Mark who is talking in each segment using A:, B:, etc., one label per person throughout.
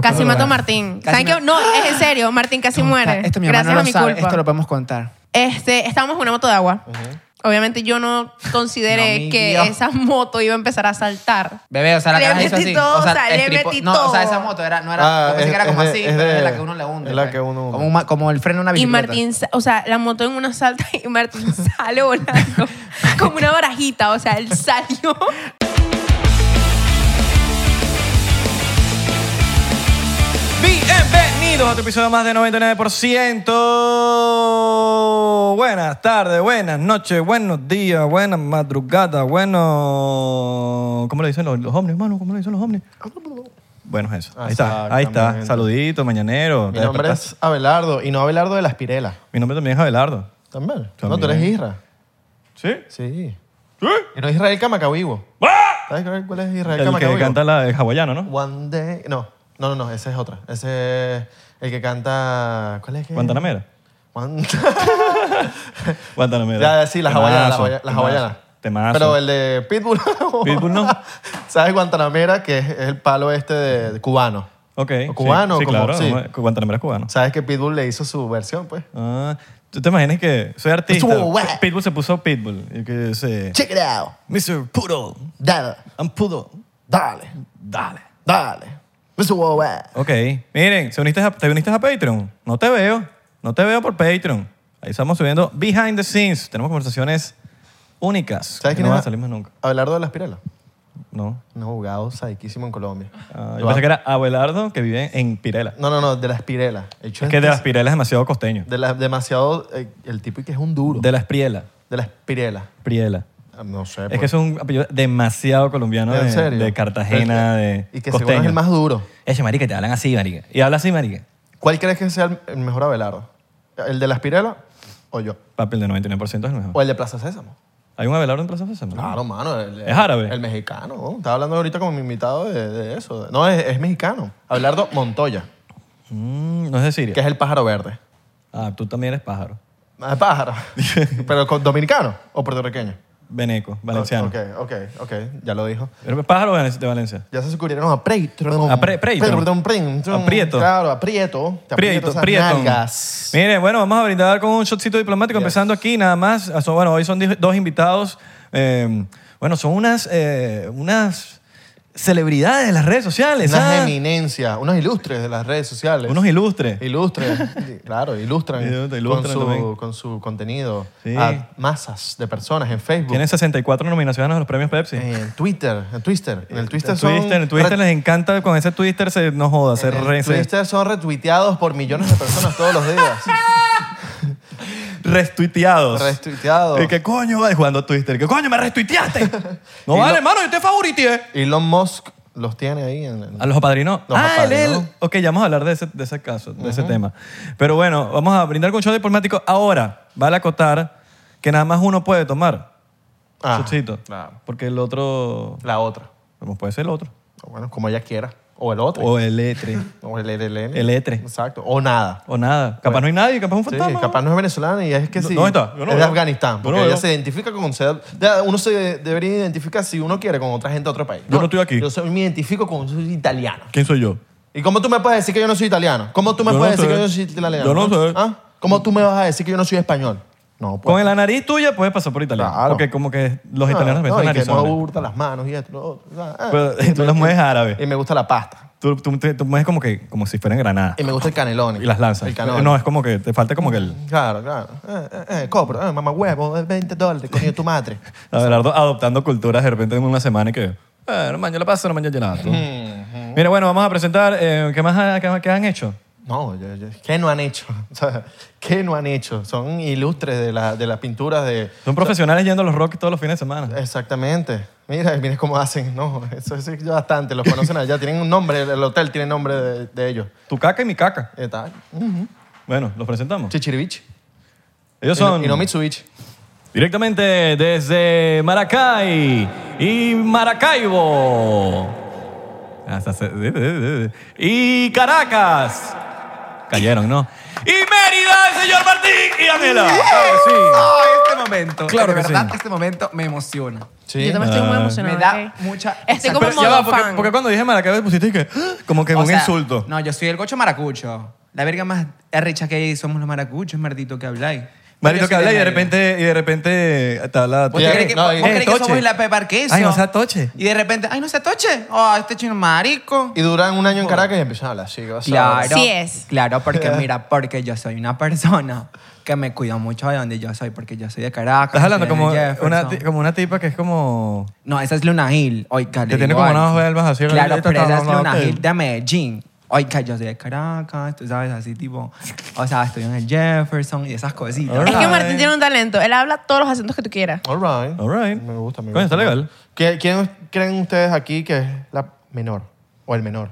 A: Casi
B: Hola.
A: mató a Martín.
B: Casi
A: ¿Saben qué?
B: ma-
A: No, es en serio. Martín casi muere.
B: Esto mi hermano
A: Gracias
B: no
A: a
B: lo
A: mi
B: sabe,
A: culpa.
B: esto lo podemos contar.
A: Este, estábamos en una moto de agua. Obviamente yo no
B: No,
A: consideré
B: mi
A: que
B: Dios.
A: esa moto iba a empezar a saltar.
B: Bebé, o sea, la
C: Le
B: cara hizo
C: metí
B: así.
C: todo,
B: o
C: o sea, le
B: estripó-
C: metí
B: no, o sea,
C: todo.
B: esa moto era, no era,
D: Ah,
B: yo pensé
D: es-
B: que era como
D: es de-
B: así,
D: es
B: pero es
D: de-
B: la que uno le hunde.
D: es la
B: pues.
D: que uno hunde.
B: Como, un ma- como el freno de una
A: Y
B: bicicleta.
A: Martín, sa- o sea, la moto en una salta y Martín sale volando como una barajita. O sea, él salió.
E: Bienvenidos a otro episodio más de 99%. Buenas tardes, buenas noches, buenos días, buenas madrugadas, bueno... ¿Cómo le dicen los, los ovnis, hermano? ¿Cómo le dicen los ovnis? Bueno, eso. Ahí está, ahí está.
D: Exactamente.
E: Saludito, mañanero.
D: Mi nombre es Abelardo y no Abelardo de las Pirelas.
E: Mi nombre también es Abelardo.
D: También. No,
E: También.
D: tú eres Isra.
E: ¿Sí?
D: Sí.
E: ¿Sí?
D: Y no Israel Camacavivo. ¿Sabes cuál es Israel
E: El
D: Camacavivo?
E: que canta la, el hawaiano, ¿no?
D: One Day. No, no, no, no, ese es otra. Ese es el que canta. ¿Cuál es que?
E: Guantanamera.
D: Juan-
E: Guantanamera.
D: ya, sí, las hawaianas. las
E: Temazo,
D: hawaianas, Las hawaianas.
E: Temazo.
D: Pero el de Pitbull.
E: Pitbull no.
D: ¿Sabes Guantanamera? Que es el palo este de, de cubano.
E: Ok,
D: O
E: sí,
D: cubano,
E: Sí,
D: como-
E: claro.
D: sí.
E: Guantanamera es cubano.
D: ¿Sabes que Pitbull le hizo su versión, pues?
E: Ah, ¿Tú te imaginas que soy artista?
D: Estuvo guay.
E: Pitbull se puso Pitbull. Y que se...
D: Check it out.
E: Mr. Poodle.
D: Dale,
E: I'm Poodle.
D: dale,
E: Dale.
D: dale. Mr. Worldwide.
E: Ok. Miren, ¿se uniste a- ¿te uniste a Patreon? No te veo. No te veo por Patreon. Ahí estamos subiendo Behind the Scenes. Tenemos conversaciones únicas.
D: ¿Sabes
E: que
D: quién
E: no
D: es?
E: van a salir más nunca.
D: Abelardo de las Pirelas.
E: No.
D: Un abogado sadiquísimo en Colombia.
E: Ah,
D: Lo
E: yo pensé
D: amo.
E: que era Abelardo, que vive en Pirela.
D: No, no, no, de las Pirelas. El hecho
E: Es que de las Pirelas es demasiado costeño.
D: de la- demasiado. eh, el tipo y que es un duro.
E: De las Priela.
D: De las Pirelas.
E: Priela.
D: Ah, No sé.
E: Es que es un apellido demasiado colombiano
D: ¿En
E: de,
D: serio?
E: de Cartagena,
D: Pero-
E: de
D: y que seguro
E: costeño.
D: es el más duro.
E: Ese marica, te hablan así, marica. Y habla así, marica.
D: ¿Cuál crees que sea el- el mejor Abelardo? ¿El de las Pirelas o yo?
E: Papi, el de 99% es el mejor.
D: ¿O el de Plaza Sésamo?
E: ¿Hay un Abelardo en Plaza Sésamo?
D: Claro, mano. el-
E: ¿Es árabe?
D: El mexicano. ¿no? Estaba hablando ahorita con mi invitado de, de eso. No, es, es mexicano. Abelardo Montoya,
E: Mm, no es de Siria.
D: que es el pájaro verde.
E: Ah, tú también eres pájaro.
D: Ah, Pájaro. ¿Pero con- dominicano o puertorriqueño?
E: Veneco, valenciano.
D: Ok, ok, ok. Ya lo dijo.
E: ¿Eres pájaro o de Valencia?
D: Ya se descubrieron a Preitron.
E: A pre- Preitron.
D: Perdón, Preitron.
E: Aprieto.
D: Claro, aprieto. Te aprieto
E: Prieto,
D: esas
E: Prieto.
D: nalgas.
E: Mire, bueno, vamos a brindar con un shotcito diplomático, empezando aquí nada más. Ah, son- Bueno, hoy son di- dos invitados. eh, bueno, son unas, eh, unas celebridades de las redes sociales.
D: Unas
E: ¿ah?
D: eminencias, unos ilustres de las redes sociales.
E: Unos ilustres.
D: Ilustres, claro, ilustran,
E: Ilustra- ilustran
D: con,
E: también.
D: su, con su contenido
E: Sí.
D: a masas de personas en Facebook,
E: Tienen 64 nominaciones a los premios Pepsi.
D: Eh, en Twitter, en Twister. En el Twister
E: Este. En
D: son,
E: Twitter, en Twitter
D: re-
E: les encanta, con ese Twitter se no joda, se,
D: en el
E: re- se
D: Twister son retuiteados por millones de personas todos los días.
E: restuiteados.
D: Retuiteados.
E: Y que coño va jugando Twitter, que coño me restuiteaste. no
D: Y
E: vale,
D: lo-
E: hermano, yo te favorité.
D: Elon Musk los tiene ahí. En, en-
E: A los apadrinos.
D: Los
E: ah, él,
D: apadrinó.
E: él. Ok, ya vamos a hablar de ese, de ese caso, de ese tema. Pero bueno, vamos a brindar con show diplomático. Ahora, vale acotar que nada más uno puede tomar.
D: Ah,
E: shotcito. Porque el otro.
D: la otra.
E: Como puede ser el otro.
D: O Bueno, como ella quiera. O el otro.
E: O el E3.
D: O el LLN.
E: El E E3.
D: Exacto. O nada.
E: o nada. Capaz no hay nadie, capaz es un
D: Sí,
E: fantasma.
D: capaz no es venezolana y es que sí.
E: ¿Dónde está? Yo
D: es
E: no
D: de
E: veo.
D: Afganistán.
E: Yo
D: Porque
E: no
D: ella
E: veo.
D: se identifica con. se- de- Uno se de- debería identificar si uno quiere con otra gente de otro país.
E: Yo no estoy aquí.
D: Yo soy- me identifico con. Soy italiano.
E: ¿Quién soy yo?
D: ¿Y cómo tú me puedes decir que yo no soy italiano? ¿Cómo tú me
E: Yo
D: puedes
E: no
D: decir que
E: sé.
D: yo no soy italiano?
E: Yo no sé.
D: ¿Ah? ¿Cómo tú me vas a decir que yo no soy español? No, pues.
E: Con la nariz tuya puedes pasar por italiano.
D: Claro.
E: Porque como que los
D: No,
E: italianos
D: no,
E: piensan
D: y que
E: narizones.
D: no hurta las manos y esto. lo otro. Ah,
E: Pero tú las mueves árabe.
D: Y me gusta la pasta.
E: Tú, tú, tú- tú mueves como que como si fueran granadas.
D: Y me gusta el canelón.
E: Y las lanzas.
D: El canelón.
E: No, es como que te falta como que el...
D: Claro, claro. Eh, eh, eh, cobro, eh, mamá huevo, eh, 20 dólares, coño de tu madre.
E: Abelardo adoptando culturas de repente en una semana y que... eh, Bueno, mañana la paso, no mañana llenado. Mira, bueno, vamos a presentar... eh, ¿Qué más ha- qué, qué han hecho?
D: No, yo- yo- ¿qué no han hecho? O sea, ¿Qué no han hecho? Son ilustres de, la- de las pinturas de...
E: Son profesionales yendo a los Rockies todos los fines de
D: Eh.
E: semana.
D: Exactamente. Mira, mira cómo hacen. No, eso es bastante. Los conocen allá. Tienen un nombre. El hotel tiene nombre de, de ellos.
E: Tu caca y mi caca.
D: Eh, tal.
E: Bueno, los
B: pues.
E: presentamos.
D: Chichiribich.
E: Ellos
D: Y no-
E: son...
D: Y no Mitsubishi.
E: Directamente desde Maracay y Maracaibo. Hasta se- Y Caracas. Cayeron, ¿no? Y Mérida, el señor Martín y Anela. Claro que sí.
B: Ay, este momento.
E: Claro
B: de
E: que
B: verdad,
E: sí.
B: este momento me emociona.
A: Yo también estoy muy
B: Ah. Me
A: emocionada.
B: da
A: ok.
B: mucha.
A: Estoy
B: o sea,
A: como
B: pero-
A: modo
E: Ya va, porque,
A: fan.
E: porque cuando dije Maracaibo pusiste que, ¡ah! como que
B: o
E: un
B: sea,
E: insulto.
B: No, yo soy el gocho maracucho. La verga más arrecha que hay somos los maracuchos, maldito que habláis.
E: Marito
B: Yo soy
E: que habla y de
B: Mérida.
E: repente, y de repente te habla.
B: ¿Vos
D: Ya,
B: te crees que,
D: no,
B: vos
D: y-
B: crees
E: Eh,
B: que
E: toche.
B: somos la peparqueso?
E: Ay, no sea toche.
B: Y de repente, ay, no se toche. Oh, este chino marico.
D: Y duran un año en Caracas y empiezan a hablar así. ¿qué pasa?
B: Claro.
A: Sí es.
B: Claro, porque mira, porque yo soy una persona que me cuido mucho de donde yo soy, porque yo soy de Caracas.
E: Estás hablando
B: soy de
E: como una,
B: Jefferson.
E: ti- como una tipa que es como.
B: No, esa es Luna Hill. Oiga,
E: Que tiene como unas
B: velvas
E: velvas así,
B: Claro,
E: ahorita
B: pero
E: está
B: esa es
E: hablando,
B: Luna
E: ok.
B: Hill de Medellín. Oiga, yo soy de Caracas, tú sabes, así tipo... O sea, estoy en el Jefferson y esas cositas.
E: Alright.
A: Es que Martín tiene un talento. Él habla todos los acentos que tú quieras.
D: All right.
E: All right.
D: Me gusta, me gusta.
E: Coño, está legal.
D: ¿Qui- ¿Quién creen ustedes aquí que es la menor? O el menor.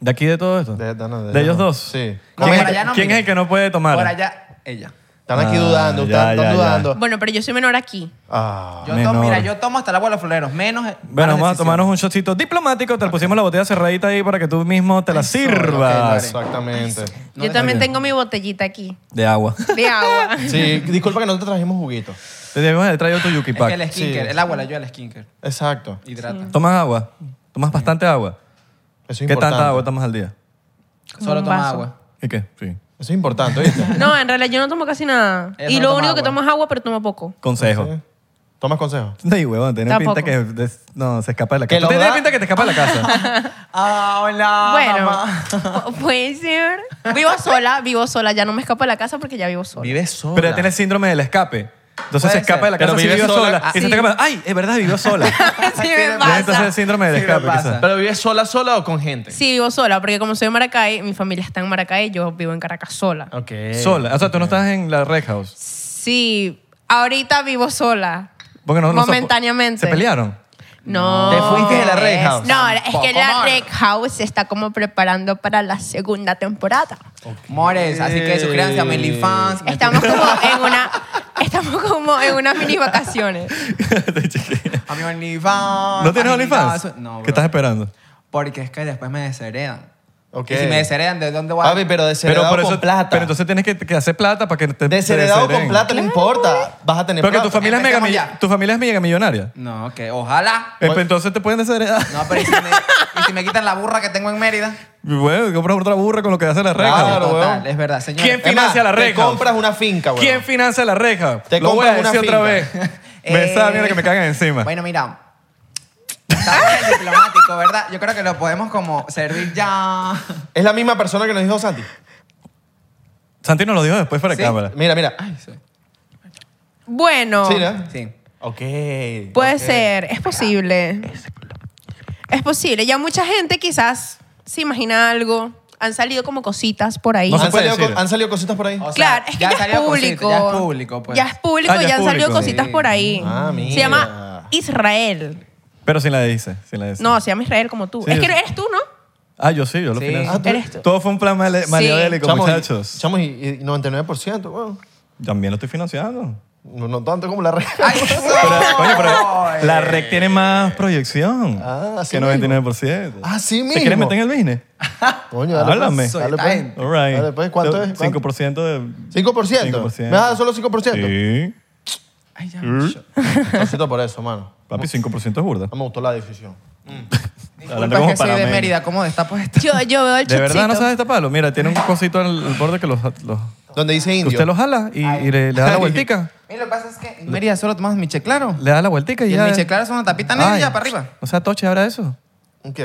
E: ¿De aquí de todo esto?
D: De- de- no, de-
E: ¿De ellos
D: no.
E: dos?
D: Sí.
B: No,
E: ¿Quién,
B: por
E: es,
B: allá no,
E: quién
B: mira.
E: es el que no puede tomar?
B: Por allá, ella.
D: Están aquí
E: Ah,
D: dudando.
E: ya,
D: están, están
E: ya, ya.
D: dudando.
A: Bueno, pero yo soy menor aquí.
D: Ah.
B: Yo
E: Menor.
B: tomo, mira, yo tomo hasta el agua de los floreros, menos...
E: Bueno, vamos a tomarnos
B: tomarnos
E: un shotcito diplomático. Te pusimos la botella cerradita ahí para que tú mismo te la sirvas.
D: Exactamente.
A: yo también tengo mi botellita aquí
E: De agua.
A: de agua.
D: Sí, disculpa que no te trajimos juguito.
E: Te debemos de traer otro Yuki
B: Es que
E: Pack.
B: el skinker,
D: Sí.
B: el agua la ayuda al skinker.
D: Exacto.
B: Hidrata.
E: ¿Tomas agua? ¿Tomas bastante agua?
D: Eso es
E: ¿Qué
D: importante.
E: tanta agua tomas al día?
B: Solo
A: un
B: toma
A: vaso.
B: agua.
E: ¿Y qué? Sí.
D: Eso es importante, ¿viste?
A: No, en realidad yo no tomo casi nada.
B: Ella
A: y
B: no
A: lo
B: toma
A: único que
B: agua.
A: tomo es agua, pero tomo poco.
E: Consejo.
D: Sí. ¿Tomas consejos?
E: No, y huevón, tiene
A: Tampoco.
E: pinta que des- no, se escapa de la
D: Que
E: casa.
D: lo
E: Tiene
D: da-
E: pinta que te escapa de la casa.
B: Ah, hola, mamá.
A: bueno, pu- puede ser. Vivo sola, vivo sola. Ya no me escapo de la casa porque ya vivo sola.
B: Vives sola.
E: Pero tiene síndrome del escape. Entonces
B: Puede
E: se escapa de la
D: ser.
E: casa
D: Pero
E: si
D: vive
E: vivió
D: sola.
E: sola. Y
A: Sí.
E: se te escapa. ¡Ay! Es verdad, vivió sola.
A: sí, me
E: Tiene
A: pasa.
E: entonces síndrome del
B: Sí me
E: escape,
B: pasa.
E: quizás.
D: ¿Pero vives sola, sola o con gente?
A: Sí, vivo sola, porque como soy de Maracay, mi familia está en Maracay, yo vivo en Caracas sola.
D: Ok.
E: Sola. O sea, tú no estás en la Red House.
A: Sí, ahorita vivo sola.
E: Porque no, no sopo-
A: momentáneamente.
E: ¿Se pelearon?
A: No.
D: ¿Te fuiste de la Red House?
A: No, es que la
B: Tampoco.
A: Red House se está como preparando para la segunda temporada.
B: Mores, así que suscríbanse a mi OnlyFans.
A: Estamos como en una estamos como en unas mini vacaciones.
B: A mi OnlyFans.
E: ¿No tienes
B: a mi
E: OnlyFans?
B: caso. No,
E: ¿Qué
B: bro.
E: estás esperando?
B: Porque es que después me desheredan.
D: Ok.
B: Y si me desheredan, ¿de dónde voy a...?
D: Papi, pero desheredado
E: por eso-
D: con plata.
E: Pero entonces tienes que, que hacer plata para que te
D: desheredado con
E: deshereden.
D: plata no importa. Vas a tener
E: Pero que tu
D: plata.
E: familia, es mega,
B: Empecemos
E: mill-
B: ya.
E: tu familia es mega millonaria.
B: No, que ojalá.
E: Eh, pues Entonces te pueden desheredar.
B: No, pero ¿y si, me, y si me quitan la burra que tengo en Mérida?
E: Bueno, compras otra burra con lo que hace la reja.
D: Claro,
B: Total,
D: weón.
B: Es verdad, señor.
E: ¿Quién
D: Es más,
E: financia la
D: te
E: Red House?
D: compras una finca, weón.
E: ¿Quién financia la reja?
D: Te
E: lo voy a
D: compras una
E: decir otra vez.
D: finca.
E: Me
B: Eh,
E: está viendo que me cagan encima.
B: Bueno, mira. Estamos en el diplomático, ¿verdad? Yo creo que lo podemos como servir ya.
D: Es la misma persona que nos dijo Santi.
E: Santi nos lo dijo después para
B: Sí.
E: cámara.
D: Mira, mira.
B: Ay, sí.
A: Bueno,
D: Sí, ¿no?
B: Sí.
D: Ok.
A: puede ser, es posible. Es posible. Ya mucha gente quizás se imagina algo. Han salido como cositas por ahí.
E: No se
D: ¿Han
E: puede
D: salido,
E: decir.
D: co- han salido cositas por ahí?
B: O sea,
A: claro, es que
B: ya
A: ya, es
B: salió
A: público.
B: cosita, ya es público, pues.
A: Ya es público,
E: Ah, ya
A: ya,
E: es
A: han salido
E: público.
A: cositas
B: Sí.
A: por ahí.
D: Ah,
A: Se
D: mira.
A: llama Israel.
E: Pero sin la dice, sin la dice.
A: No, se llama Israel como tú.
E: Sí,
A: es que
E: yo-
A: eres tú, ¿no?
E: Ah, yo sí, yo lo
B: Sí.
E: financio.
D: Ah, tú-
A: Eres tú.
E: Todo fue un plan male- maquiavélico,
D: Chamo, y-
E: muchachos.
D: Chamo, y, y 99%, weón.
E: También lo estoy financiando.
D: No, no tanto como la red.
B: Ay, eso.
E: Pero, coño, pero la REC tiene más proyección
D: Eh. Ah, así
E: que
D: mismo.
E: 99%.
D: Así
E: ¿Te quieres
D: mismo.
E: meter en el business?
D: Coño, dale,
E: Háblame.
D: pues,
B: Soy
D: dale,
B: la
D: pues.
B: gente.
E: All right.
D: Dale, pues, ¿cuánto es? ¿Cuánto?
E: 5% de...
D: 5%.
E: 5%.
D: ¿Me vas a dar solo 5%?
E: Sí.
B: Ay, ya.
E: Mm,
D: Chocito por eso, mano.
E: Papi, 5% es burda.
D: no me gustó la decisión.
E: Hablando
B: Disculpa,
E: como
B: es que soy de
E: panameño.
B: Mérida. ¿Cómo destapo esto?
A: Yo, yo veo el
E: ¿De verdad no
A: chocito.
E: sabes destaparlo? Mira, tiene un cosito al, al borde que los... los-
D: Donde dice indio.
E: usted los jala y, y le, le da la vueltica.
B: Mira, lo que pasa es que en Mérida solo tomas miche claro.
E: Le da la vueltica y,
B: Y el
E: ya...
B: miche claro es una tapita negra
E: Ay.
B: ya para arriba.
E: O sea, Toche, ¿habrá eso?
D: Ok.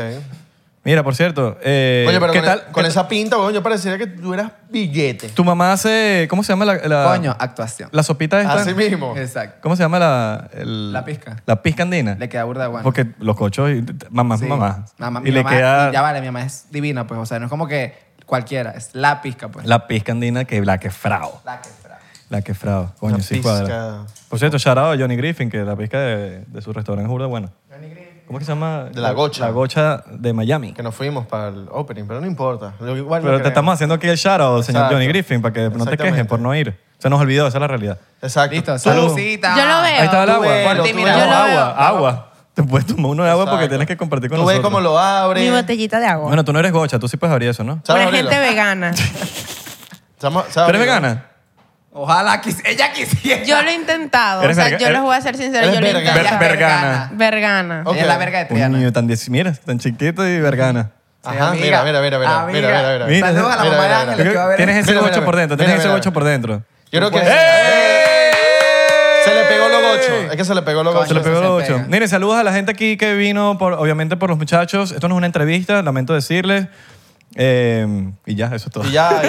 E: Mira, por cierto, eh,
D: Oye, pero
E: ¿qué
D: con, e-
E: tal?
D: con
E: qué
D: esa pinta, coño, yo parecería que tuvieras billete.
E: tal- Tu mamá hace, ¿cómo se llama la, la-
B: Coño, actuación.
E: Ah. la sopita esta?
D: Así mismo.
B: Exacto.
E: ¿Cómo se llama la el-
B: La pizca.
E: La pizca andina.
B: Le queda burda de bueno.
E: Porque los cochos, y- mamá, es
B: Sí.
E: mamá.
B: Mamá,
E: y
B: mi
E: le
B: mamá-
E: queda
B: y Ya vale, mi mamá es divina, pues. O sea, no es como que cualquiera, es la pizca, pues.
E: la pizca andina que la que frao.
B: La que fra-
E: La que frao. Coño,
D: La
E: sí
D: pizca.
E: cuadra. Por cierto, shout out a Johnny Griffin, que la pizca de, de su restaurante es burda buena. ¿Cómo es que se llama?
D: De La Gocha.
E: La gocha de Miami.
D: Que nos fuimos para el opening, pero no importa. Lo- igual lo
E: Pero te
D: queremos.
E: estamos haciendo aquí el shout out, señor
D: Exacto.
E: Johnny Griffin, para que no te
D: Exactamente.
E: quejes por no ir. Se nos olvidó, esa es la realidad.
D: Exacto.
B: Listo,
D: Tú-
B: saludcita.
A: Yo lo veo.
E: Ahí estaba el
D: tú
E: agua.
D: velo,
E: Bueno,
D: tú
E: toma
D: velo. Yo lo
E: agua,
D: veo.
E: agua. Te puedes tomar uno de agua Ah, porque
D: Exacto.
E: tienes que compartir con
D: Tú ves
E: nosotros.
D: cómo lo abre.
A: Mi botellita de agua.
E: Bueno, tú no eres gocha, tú sí puedes abrir eso, ¿no?
D: ¿Sabes
A: Una gente
D: abrirlo?
A: vegana.
D: Estamos-
E: ¿Tú
D: ¿sabes
E: eres
D: abrirlo?
E: vegana?
B: Ojalá quis- ella quisiera.
A: Yo lo he intentado. O
E: Eres
A: sea,
E: verga-
A: yo
E: eres-
A: les voy a ser sincera.
D: eres
A: Yo lo he
D: verga-
A: intentado.
E: Ver- vergana.
A: Vergana.
D: Ok.
B: Ella es la verga de Triana.
E: Coño, tan diez- mira, tan chiquito y vergana.
B: Sí,
D: Ajá,
B: amiga.
D: mira, mira, mira, mira,
B: Amiga.
D: mira, mira, mira.
E: Mira,
B: Saludos a la
D: mira,
B: mamá de
D: mira,
B: Ángela
D: mira.
B: que va a ver.
E: Tienes ese
D: Mira, mira,
E: gocho por dentro,
D: mira,
E: tienes ese
D: mira.
E: gocho por dentro.
D: Yo creo que
E: ¡Ey!
D: se le pegó lo gocho. Es que se le pegó lo
B: Coño,
D: gocho.
E: Se le pegó
B: se
E: el
B: pega.
E: 8. Miren, saludos a la gente aquí que vino, por, obviamente por los muchachos. Esto no es una entrevista, lamento decirles. Eh, y ya, eso es todo.
D: Y ya, y,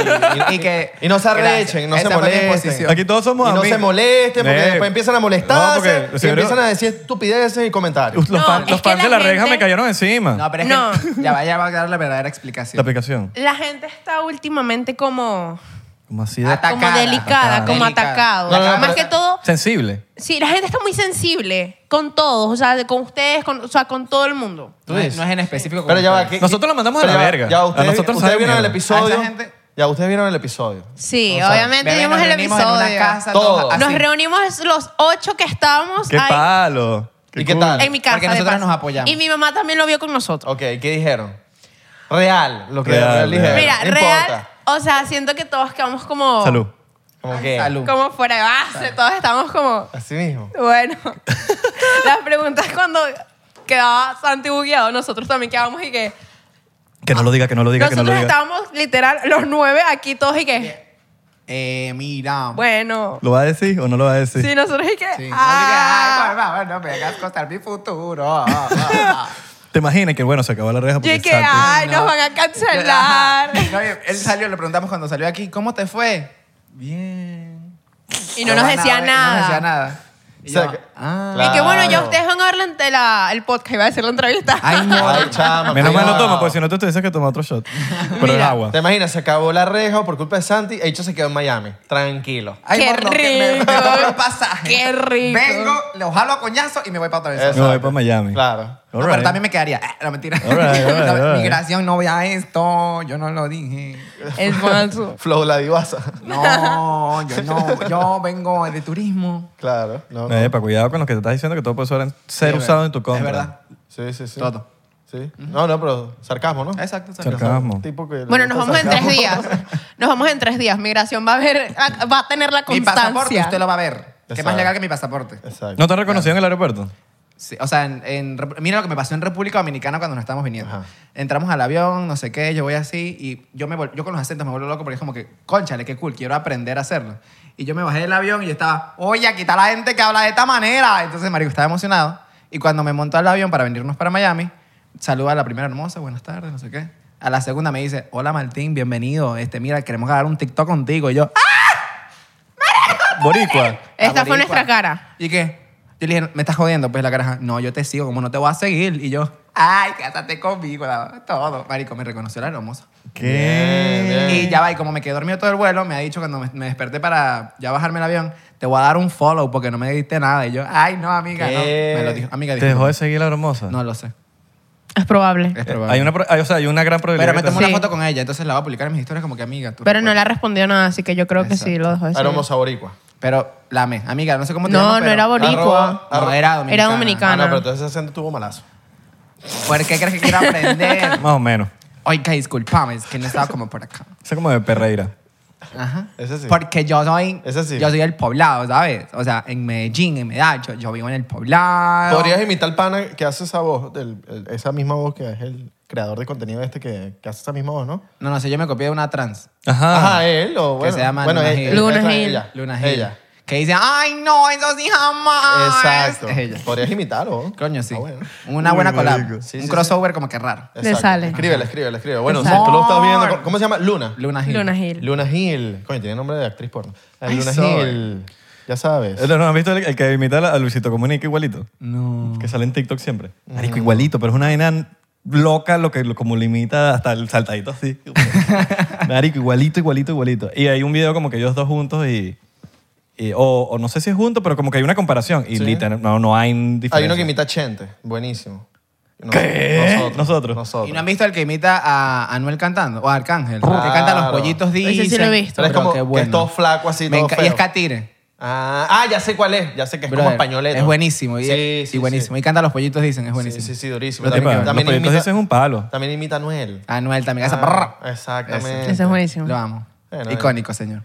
B: Y que-
D: y no se
B: gracias.
D: arrechen, no
B: Esa
D: se
B: fue mi
D: molesten.
B: exposición.
E: Aquí todos somos
D: Y no
E: amigos.
D: se molesten, porque
E: Eh.
D: después empiezan a
E: No,
D: molestarse
E: porque,
D: y
E: señor-
D: empiezan a decir estupideces y comentarios.
E: Los,
A: No,
E: fan-
A: es
E: los
A: que
E: fans de la
A: la
E: reja
A: gente-
E: me cayeron encima.
B: No, pero es que ya va, ya va a dar la verdadera explicación.
E: la aplicación.
A: La gente está últimamente como,
E: Como así
D: Ah.
E: de
B: Atacada,
A: como delicada,
E: atacada.
A: como
B: Delicada.
A: atacado.
D: No, no, no,
A: Más
D: pero-
A: que todo,
E: sensible.
A: sí, la gente está muy sensible con todos, o sea, de- con ustedes, con, o sea, con todo el mundo.
D: ¿Tú
B: No es-
D: dices?
B: no es en específico.
D: Pero ya va,
B: que
D: ¿qué-
E: Nosotros la mandamos a
D: pero
E: la
D: ya-
E: verga.
D: Ya
E: A
D: ustedes,
E: nosotros
D: ustedes
E: sabe
D: vieron el
E: mierda.
D: episodio.
B: A esa gente-
D: Ya ustedes vieron el episodio.
A: Sí,
B: No sabe.
A: obviamente
B: Bebé,
A: vimos el
B: nos reunimos
A: episodio.
B: En una casa,
D: Todo.
B: todos así.
A: Nos reunimos los ocho que estábamos
E: ¡Qué
A: ahí
E: palo!
D: ¿Y qué
E: cool.
D: tal?
A: en mi casa.
B: Porque
A: de
B: nosotras
A: paso.
B: nos apoyamos.
A: Y mi mamá también lo vio con nosotros.
D: Ok, ¿qué dijeron? Real, lo que
E: Real,
D: real, dijeron.
A: Mira,
D: no
A: real,
D: Importa.
A: o sea, siento que todos quedamos como,
E: Salud.
D: Como que,
B: Salud.
A: como fuera de base, todos estamos como...
D: Así mismo.
A: Bueno, las preguntas cuando quedaba Santi bugueado, nosotros también quedábamos y que...
E: Que no lo diga, que no lo diga, que no
A: nosotros
E: lo diga.
A: estábamos literal los nueve aquí todos y que...
B: Eh, mira.
A: Bueno,
E: ¿Lo va a decir o no lo va a decir?
A: sí, nosotros y que...
B: Sí.
A: ah.
B: Ay, por favor, no me hagas costar mi futuro. Él
E: Te imaginas que, bueno, se acabó la reja
A: Yo
E: porque
A: y que,
E: salte.
A: ay, nos van a cancelar.
B: él salió, le preguntamos cuando salió aquí, ¿cómo te fue? Bien.
A: Y no nos decía
B: Y No nos
A: nada.
B: decía nada. Y
D: O sea,
B: yo,
D: que-
B: ah.
A: Y que bueno, ya
D: Claro.
A: ustedes van a ver la- la- el podcast, iba a hacer la entrevista.
B: Ay, no.
D: Ay, chama.
E: Menos mal no
D: cuidado.
E: toma, porque si no tú te dices que toma otro shot. Pero es
A: Mira.
E: agua.
D: ¿Te imaginas? Se acabó la reja por culpa de Santi. El hecho se quedó en Miami. Tranquilo.
B: Ay,
A: Qué
B: morno, que me-
A: rico.
B: Me, compro un pasaje.
A: Qué rico.
B: Vengo, lo jalo a coñazo y me voy para otra vez.
D: Exacto.
E: Me voy para Miami.
D: Claro.
B: No,
E: All
B: Pero
E: right.
B: también me quedaría. Ah, no, mentira.
E: All right, all right, all right.
B: Migración, no vea esto. Yo no lo dije.
A: Es falso.
D: Flow la divasa.
B: No, yo no. Yo vengo de turismo.
D: Claro. No, no.
E: Eh, para cuidado con lo que te estás diciendo que todo puede ser- ser
B: Sí, es
E: usado
B: verdad.
E: en tu contra.
B: Es verdad.
D: Sí, sí, sí.
B: Todo.
D: Sí. No, no, pero sarcasmo, ¿no?
B: Exacto, exacto.
E: Sarcasmo.
D: Tipo que le
A: Bueno, nos
D: gusta
A: vamos en tres
D: sarcasmo.
A: días. Nos vamos en tres días. Migración va a ver, va a tener la
B: Mi pasaporte,
A: constancia.
B: usted lo va a ver. ¿Qué más
D: Exacto.
B: legal que mi pasaporte?
D: Exacto.
E: ¿No te han reconocido en el aeropuerto?
B: Sí, o sea, en, en Rep- mira lo que me pasó en República Dominicana cuando nos estábamos viniendo.
D: Ajá.
B: Entramos al avión, no sé qué, yo voy así y yo, me vol- yo con los acentos me vuelvo loco porque es como que, conchale, qué cool, quiero aprender a hacerlo. Y yo me bajé del avión y yo estaba, oye, aquí está la gente que habla de esta manera. Entonces, marico, estaba emocionado. Y cuando me montó al avión para venirnos para Miami, saluda a la primera hermosa, buenas tardes, no sé qué. A la segunda me dice, hola Martín, bienvenido. Este, mira, queremos grabar un TikTok contigo. Y yo,
E: Boricua.
A: Esta
B: la
A: fue nuestra
B: boricua.
A: cara.
B: ¿Y qué? Yo le dije, me estás jodiendo. Pues la caraja, no, yo te sigo, como no te voy a seguir. Y yo, ay, cásate conmigo, la- todo. Marico, me reconoció la hermosa.
E: ¿Qué?
B: Y ya va, y como me quedé dormido todo el vuelo, me ha dicho cuando me, me desperté para ya bajarme el avión, te voy a dar un follow porque no me diste nada. Y yo, ay, no, amiga,
D: ¿Qué?
B: no. Me lo dijo, amiga,
E: ¿Te dejó
B: disculpa.
E: de seguir la hermosa? Eh,
B: No lo sé.
A: Es probable.
B: Es probable.
E: Hay una, pro- hay- o sea, hay una gran
B: Pero
E: probabilidad.
B: me
E: que
B: tomé
E: te-
B: una
A: Sí.
B: foto con ella, entonces la voy a publicar en mis historias como que amiga. tú
A: Pero no le ha
B: recuerdas.
A: respondido nada, así que yo creo que sí
B: Exacto.
A: lo dejó de seguir.
D: Aromosa boricua.
B: Pero la amé. Amiga, no sé cómo te
A: No,
B: llamas,
A: no
B: pero-
A: era boricua.
D: Arroba-
B: No, era dominicana.
A: Era
D: Ah,
A: dominicana.
D: no, pero entonces ese acento tuvo malazo.
B: ¿Por qué crees que quiero aprender?
E: Más o menos.
B: Oiga, disculpame, es que no estaba como por acá.
E: Eso es como de Perreira.
B: Ajá.
D: Ese sí.
B: Porque yo soy,
D: Ese sí.
B: yo soy del poblado, ¿sabes? O sea, en Medellín, en Medacho, yo vivo en el
A: Ah,
B: poblado.
D: Podrías imitar al pana que hace esa voz, del- el- esa misma voz que es el creador de contenido este que, que hace esa misma voz, ¿no?
B: No, no sé, yo me copié de una trans.
E: Ajá.
D: Ajá, él o bueno.
B: Ah. se llama
D: bueno,
B: Luna
D: él-
B: Gil.
D: él-
A: Luna
D: ella-
A: Gil.
D: Ella.
B: Luna Gil.
D: Ella.
B: que dicen, ay, no, eso sí
A: Ah,
B: jamás.
D: Exacto.
B: Es ella.
D: Podrías imitarlo. ¿no?
B: Coño, sí.
D: Ah, bueno.
B: Una
E: Uy,
B: buena collab.
E: marico. Sí,
B: un
D: sí,
B: crossover como que raro.
A: Le
D: Exacto.
A: sale.
D: Escríbele, escríbele, escribe. Bueno,
A: Le
D: si
A: sale.
D: tú lo estás viendo, ¿cómo se llama? Luna.
B: Luna Gil.
A: Luna Gil.
D: Luna Gil. Coño, tiene nombre de actriz porno. Ay,
B: Ay,
D: Luna
B: soy.
D: Gil. Ya sabes.
E: Eh, ¿No has visto el, el que imita a Luisito Comunica igualito? No. Que sale en TikTok siempre. Marico, igualito, pero es una vaina loca lo que lo- como lo imita hasta el saltadito así. Marico, igualito, igualito, igualito. Y hay un video como que ellos dos juntos y... y- o, o no sé si es juntos, pero como que hay una comparación. Y
D: Sí.
E: literal, no, no hay diferencia.
D: Hay uno que imita a Chente. Buenísimo. Nos-
E: ¿Qué?
D: Nosotros.
E: Nosotros.
D: Nosotros.
B: ¿Y no han visto el que imita a Anuel cantando? O a Arcángel. Que canta Los
D: Claro.
B: Pollitos
A: sí
B: dicen.
A: lo he visto.
D: Pero es como
B: qué
D: que es todo flaco así,
B: Me
D: todo
B: enca-
D: feo.
B: Y es Catire.
D: Ah, ah, ya sé cuál es. Ya sé que es
B: brother.
D: como españoleto.
B: Es buenísimo. Y,
D: Sí, sí,
B: y buenísimo.
D: sí.
B: Y canta Los Pollitos dicen. Es
D: Sí,
B: buenísimo.
D: sí, sí, durísimo.
E: Pero, tipo,
D: También,
E: los
D: también
E: proyectos
D: imita,
E: dicen un palo.
D: también imita a Noel.
B: Anuel Ah, también. hace
D: Ah,
B: brrr.
D: exactamente.
A: Ese es buenísimo.
B: Lo amo.
D: Bueno,
B: Icónico, señor.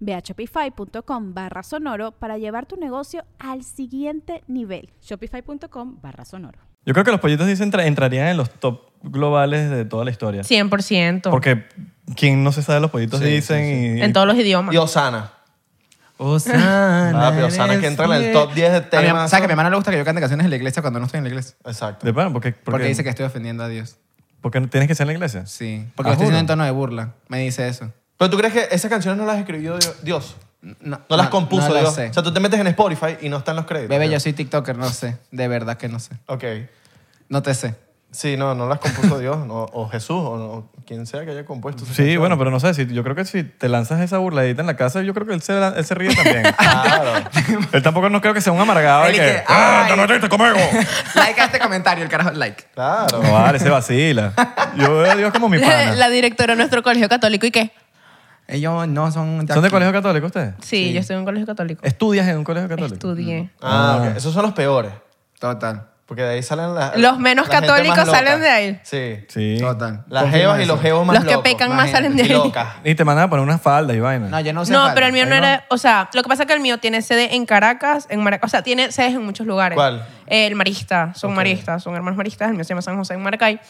F: Ve a shopify.com barra sonoro para llevar tu negocio al siguiente nivel.
C: Shopify.com barra sonoro.
E: Yo creo que los pollitos dicen entra- entrarían en los top globales de toda la historia.
A: 100%.
E: Porque quien no se sabe los pollitos
D: Sí, sí,
E: dicen y...
A: en todos los idiomas.
D: Y Osana.
B: Osana.
D: Papi, Osana que entra en el top 10 de
B: A mi-
D: temas.
B: ¿Sabes que a mi hermano le gusta que yo cante canciones en la iglesia cuando no estoy en la iglesia?
D: Exacto.
E: De pan, porque,
B: Porque dice que estoy ofendiendo a Dios.
E: Porque tienes que ser en la iglesia.
B: Sí. Porque lo
E: Ah,
B: estoy
E: juro.
B: diciendo en tono de burla. Me dice eso.
D: Pero tú crees que esas canciones no las escribió Dio- Dios.
B: No,
D: No las compuso
B: no lo
D: Dios.
B: sé.
D: O sea, tú te metes en Spotify y no están los créditos.
B: Bebé, yo soy TikToker, no sé. De verdad que no sé.
D: Ok.
B: No te sé.
D: Sí, no, no las compuso Dios. no, o Jesús, o no, quien sea que haya compuesto. esas
E: Sí,
D: canciones.
E: bueno, pero no sé, si, yo creo que si te lanzas esa burladita en la casa, yo creo que él se, él se ríe también.
B: pues.
D: Claro.
E: él tampoco no creo que sea un amargado.
B: Él
E: y
B: y
E: que,
B: que,
E: "Ah,
B: ay".
E: te metiste conmigo".
B: Like a este comentario, el carajo, like.
D: Claro.
E: No vale, se vacila. Yo veo a Dios como mi
A: la,
E: pana.
A: la directora de nuestro colegio católico. ¿Y qué?
B: Ellos no son.
E: ¿Son de
B: aquí.
E: colegio católico ustedes?
A: Sí, yo estoy en un colegio católico.
E: ¿Estudias en un colegio católico?
A: Estudié.
D: Ah, ok. Esos son los peores.
B: Total.
D: Porque de ahí salen las.
A: Los menos
D: la gente
A: católicos
D: más loca.
A: salen de ahí.
D: Sí.
E: Sí.
B: Total.
D: Las
B: Confirmo
D: jevas y
B: eso.
D: los jevos más
A: Los que
D: locos.
A: pecan más salen de
D: Y
A: ahí.
D: locas.
E: Y te mandan a poner una falda y vaina.
B: No, yo no sé.
A: No, pero el mío no era, o sea, lo que pasa es que el mío tiene sede en Caracas, en Maracay, o sea, tiene sedes en muchos lugares.
D: ¿Cuál?
A: Eh, el Marista, son maristas, son hermanos maristas, el mío se llama San José en Maracay.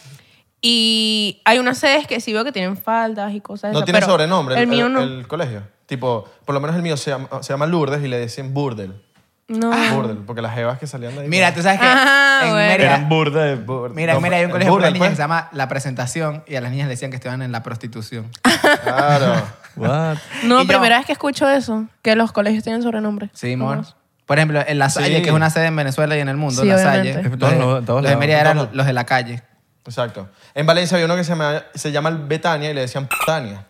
A: Y hay unas sedes que sí veo que tienen faldas y cosas. de
D: No
A: esas,
D: tiene
A: pero
D: sobrenombre
A: El, mío no.
D: el colegio. Tipo, por lo menos el mío se llama, se llama Lourdes y le decían Burdel.
A: no.
D: Burdel, porque las jevas que salían de ahí.
B: Mira, tú sabes que.
A: Ah,
B: en
A: bueno.
B: Mérida-
E: Eran burda de...
D: Bur-
B: Mira,
D: no,
B: mira, hay un
D: el
B: colegio para
D: Burdel,
B: niñas que
D: pues.
B: se llama La Presentación y a las niñas le decían que estaban en la prostitución.
A: Ah,
D: Claro.
E: What?
A: No,
B: Y yo-
A: primera vez que escucho eso, que los colegios tienen sobrenombre.
B: Sí, amor. Por ejemplo, en La Salle,
D: Sí.
B: que es una sede en Venezuela y en el mundo,
A: Sí,
B: La
A: obviamente.
B: Salle. Los,
E: Es- todos los-
B: de-
E: todos
B: los de
E: lados,
B: Mérida
D: todos
B: eran
D: lados.
B: los de la calle.
D: Exacto. En Valencia había uno que se llama, se llama el Betania y le decían Tania.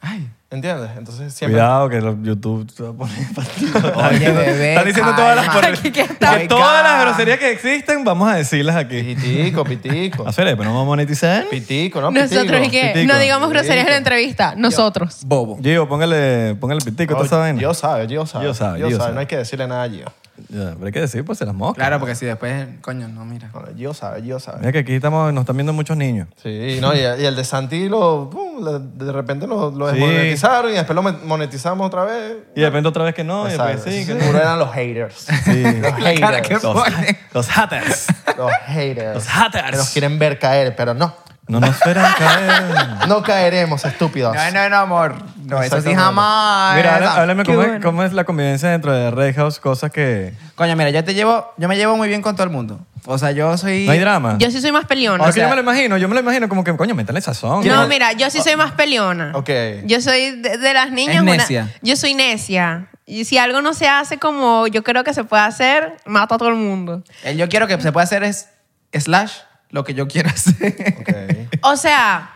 B: Ay.
D: ¿Entiendes? Entonces siempre.
E: Cuidado que los YouTube te va a poner partido.
B: Oye, bebé,
E: Están diciendo todas las,
B: calma.
E: por-
A: Aquí que está.
E: que todas las
B: Oiga.
E: groserías que existen, vamos a decirlas aquí.
D: Pitico, pitico.
E: Hacer, pero no vamos a monetizar.
D: pitico, ¿no?
A: Nosotros, ¿y qué?
E: pitico,
A: no digamos groserías en la
D: pitico.
A: entrevista, nosotros.
B: Bobo.
E: Gio, póngale, póngale pitico,
D: Oh,
E: ¿tú sabes?
D: Dios sabe, Dios sabe.
E: Dios sabe,
D: Dios
E: Dios
D: sabe.
E: sabe.
D: No hay que decirle nada a Gio.
E: Ya, pero hay que decir, pues se las moscas.
B: Claro, porque si después, coño, no, mira.
D: Bueno, Gio sabe, Gio sabe.
E: Mira que aquí estamos, nos están viendo muchos niños.
D: Sí, no, y, y el de Santi lo, pum, le- de repente lo, lo
E: Sí.
D: desmonetizaron y después lo mon- monetizamos otra vez.
E: Y de repente otra vez que no, y después
D: Exacto.
E: sí. que-
D: Seguro eran los haters.
E: Sí.
D: Los
B: La cara que
D: haters.
E: Los,
B: pone.
E: los haters.
D: Los haters.
E: Los haters.
D: Que nos quieren ver caer, pero no.
E: No nos esperan caer.
D: No caeremos, estúpidos.
B: No, no, no, amor. No, eso sí
D: Exactamente.
B: jamás.
E: Mira, habla- háblame
A: Qué
E: cómo, es-
A: bueno.
E: cómo es la convivencia dentro de Red House, cosas que...
B: Coño, mira, yo te llevo, yo me llevo muy bien con todo el mundo. O sea, yo soy.
E: No hay drama.
A: Yo sí soy más peleona.
E: Porque
B: sea-
E: Ah. yo me lo imagino, yo me lo imagino como que, coño, métale sazón.
A: No, mira, yo sí soy más peleona.
D: Ok.
A: Yo soy de, de las niñas.
B: Es
A: una-
B: necia.
A: yo soy necia. Y si algo no se hace como yo creo que se puede hacer, mato a todo el mundo.
B: El yo quiero que se pueda hacer es slash lo que yo quiero hacer.
D: Ok.
A: O sea,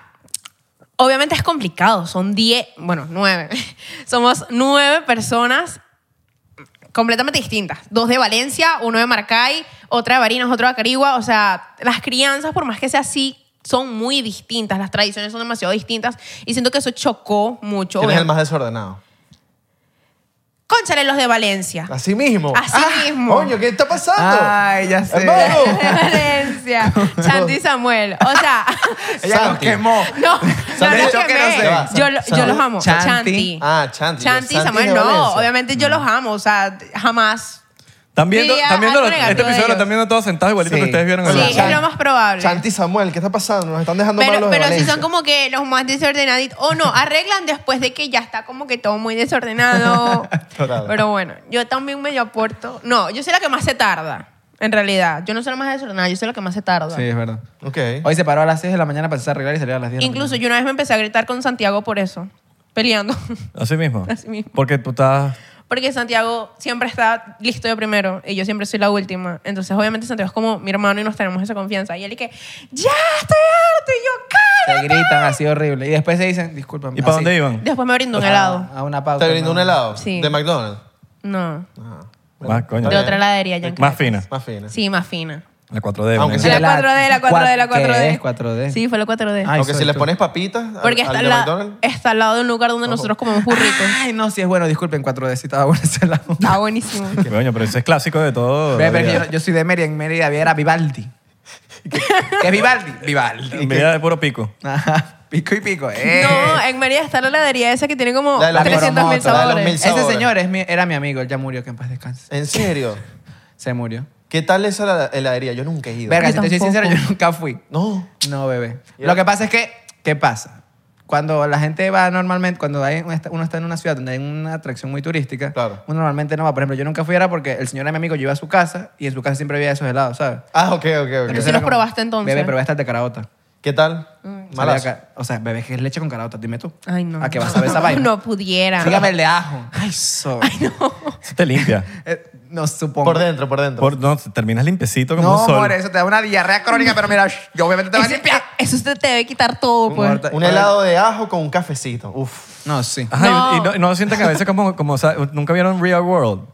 A: obviamente es complicado. Son 10, bueno, 9. Somos 9 personas completamente distintas. Dos de Valencia, uno de Maracay, otra de Barinas, otro de Carigua. O sea, las crianzas, por más que sea así, son muy distintas. Las tradiciones son demasiado distintas. Y siento que eso chocó mucho.
D: ¿Quién es el
A: obviamente.
D: más desordenado?
A: Cónchale los de Valencia.
D: Así mismo. Ah,
A: Así mismo.
D: Coño, ¿qué está pasando?
B: Ay, ya sé.
D: Hermano.
A: De Valencia. Santi y Samuel. O sea.
B: Ella nos
D: Santi.
B: quemó.
A: No, no,
B: de
A: no
B: hecho que no
A: quemé.
B: sé.
D: Ya va,
A: yo, lo- yo
D: Santi.
A: los amo.
B: Chanti.
A: Chanti.
D: Ah, Chanti.
A: Chanti y
D: Santi
A: Samuel,
D: de
A: no.
D: Valencia.
A: Obviamente yo los amo. O sea, jamás.
E: Están viendo,
A: Diría
E: están viendo
A: algo
E: los- este
A: negativo de
E: episodio lo
A: ellos.
E: están viendo todos sentados igualito
B: Sí.
E: que ustedes vieron.
A: Sí,
E: ahorita.
A: es lo más probable.
D: Chanti y Samuel, ¿qué está pasando? Nos están dejando mal
A: pero
D: los de
A: pero si son
D: Valencia.
A: como que los más desordenaditos. O no, arreglan después de que ya está como que todo muy desordenado.
D: Total.
A: pero bueno, yo también medio aporto. No, yo soy la que más se tarda. En realidad, yo no soy la más desordenada, yo soy la que más se tarda.
B: Sí, es verdad.
D: Ok.
B: Hoy se paró a las 6 de la mañana para empezar a arreglar y salió a las 10. de la
A: Incluso yo una vez me empecé a gritar con Santiago por eso, peleando.
E: Así mismo.
A: Así mismo.
E: Porque tú estás.
A: Porque Santiago siempre está listo de primero y yo siempre soy la última. Entonces, obviamente, Santiago es como mi hermano y nos tenemos esa confianza. Y él y que, ¡ya estoy harto! Y yo, ¡cállate!
B: mañana. Se gritan así horrible. Y después se dicen, discúlpame.
E: ¿Y para
B: así.
E: dónde iban?
A: Después me brindó un
B: Ah.
A: helado.
B: A una pauta.
D: ¿Te brindó
B: ¿no?
D: un helado?
A: Sí.
D: ¿De McDonald's? Ah,
A: No,
E: Más, coño.
A: de otra heladería. allá en
E: Más
A: Caracas.
E: fina.
D: Más fina.
A: Sí, más fina.
E: La 4D.
D: Aunque
E: ¿no?
D: sea-
A: la, 4D, la 4D, la 4D.
B: ¿Qué es 4D?
A: Sí, fue la 4D.
B: Ay,
D: Aunque
B: soy
D: si le
B: tú.
D: pones papitas al-
A: Porque
D: al,
A: está,
D: de
A: al la-
D: McDonald's.
A: está al lado de un lugar donde nosotros comemos burritos.
B: Ay, no, sí es bueno. Disculpen, 4D. Sí estaba bueno ese helado.
A: Está buenísimo.
E: Qué coño, pero eso es clásico de todo.
B: Ve,
E: la
B: pero
E: vida.
B: yo, yo soy de Mérida. En Mérida había Vivaldi. ¿Qué es Vivaldi? Vivaldi.
E: Vida de puro pico.
B: Ajá. Pico y pico. Eh.
A: No, en Mérida está la heladería esa que tiene como
D: La de los
A: 300 mil
D: moromotos, la de los
A: sabores.
D: mil-
B: Ese
D: sabores.
B: señor es mi- era mi amigo. Él ya murió. Que en paz descanse.
D: ¿En serio?
B: Se murió.
D: ¿Qué tal esa la- heladería? Yo nunca he ido.
B: Verga,
A: Yo
B: si te soy
A: tampoco.
B: sincero, yo nunca fui.
D: No.
B: No, bebé.
D: Ya.
B: Lo que pasa es que, ¿qué pasa? Cuando la gente va normalmente, cuando hay, un- uno está en una ciudad donde hay una atracción muy turística,
D: Claro.
B: uno normalmente no va. Por ejemplo, yo nunca fui era porque el señor era mi amigo, yo iba a su casa y en su casa siempre había esos helados, ¿sabes?
D: Ah, ok, ok,
A: Pero
D: ok.
A: sí
B: era
A: los
B: como,
A: probaste entonces.
B: Bebé, probé hasta el de caraota.
D: ¿Qué tal?
A: Mm.
D: Malazo.
B: Sabía ca- O sea, bebé, ¿qué es leche con caraota? Dime tú.
A: Ay, no.
B: ¿A qué vas a ver esa vaina?
A: No pudiera.
B: Dígame el de ajo. Ay, so.
E: Eso te limpia.
B: Eh, no supongo.
D: Por dentro, por dentro.
E: Por- no, terminas limpiecito como
B: No,
E: un sol.
B: amor, eso te da una diarrea crónica, pero mira, shh, yo obviamente te va a
A: Ese- eh,
B: limpiar.
A: Eso usted te debe quitar todo, pues.
B: Muerta.
D: Un helado de ajo con un cafecito. Uf.
B: No, sí.
E: Ajá, y-
A: No.
E: Y, no, no sienten que a veces como, como o sea, nunca vieron Real World,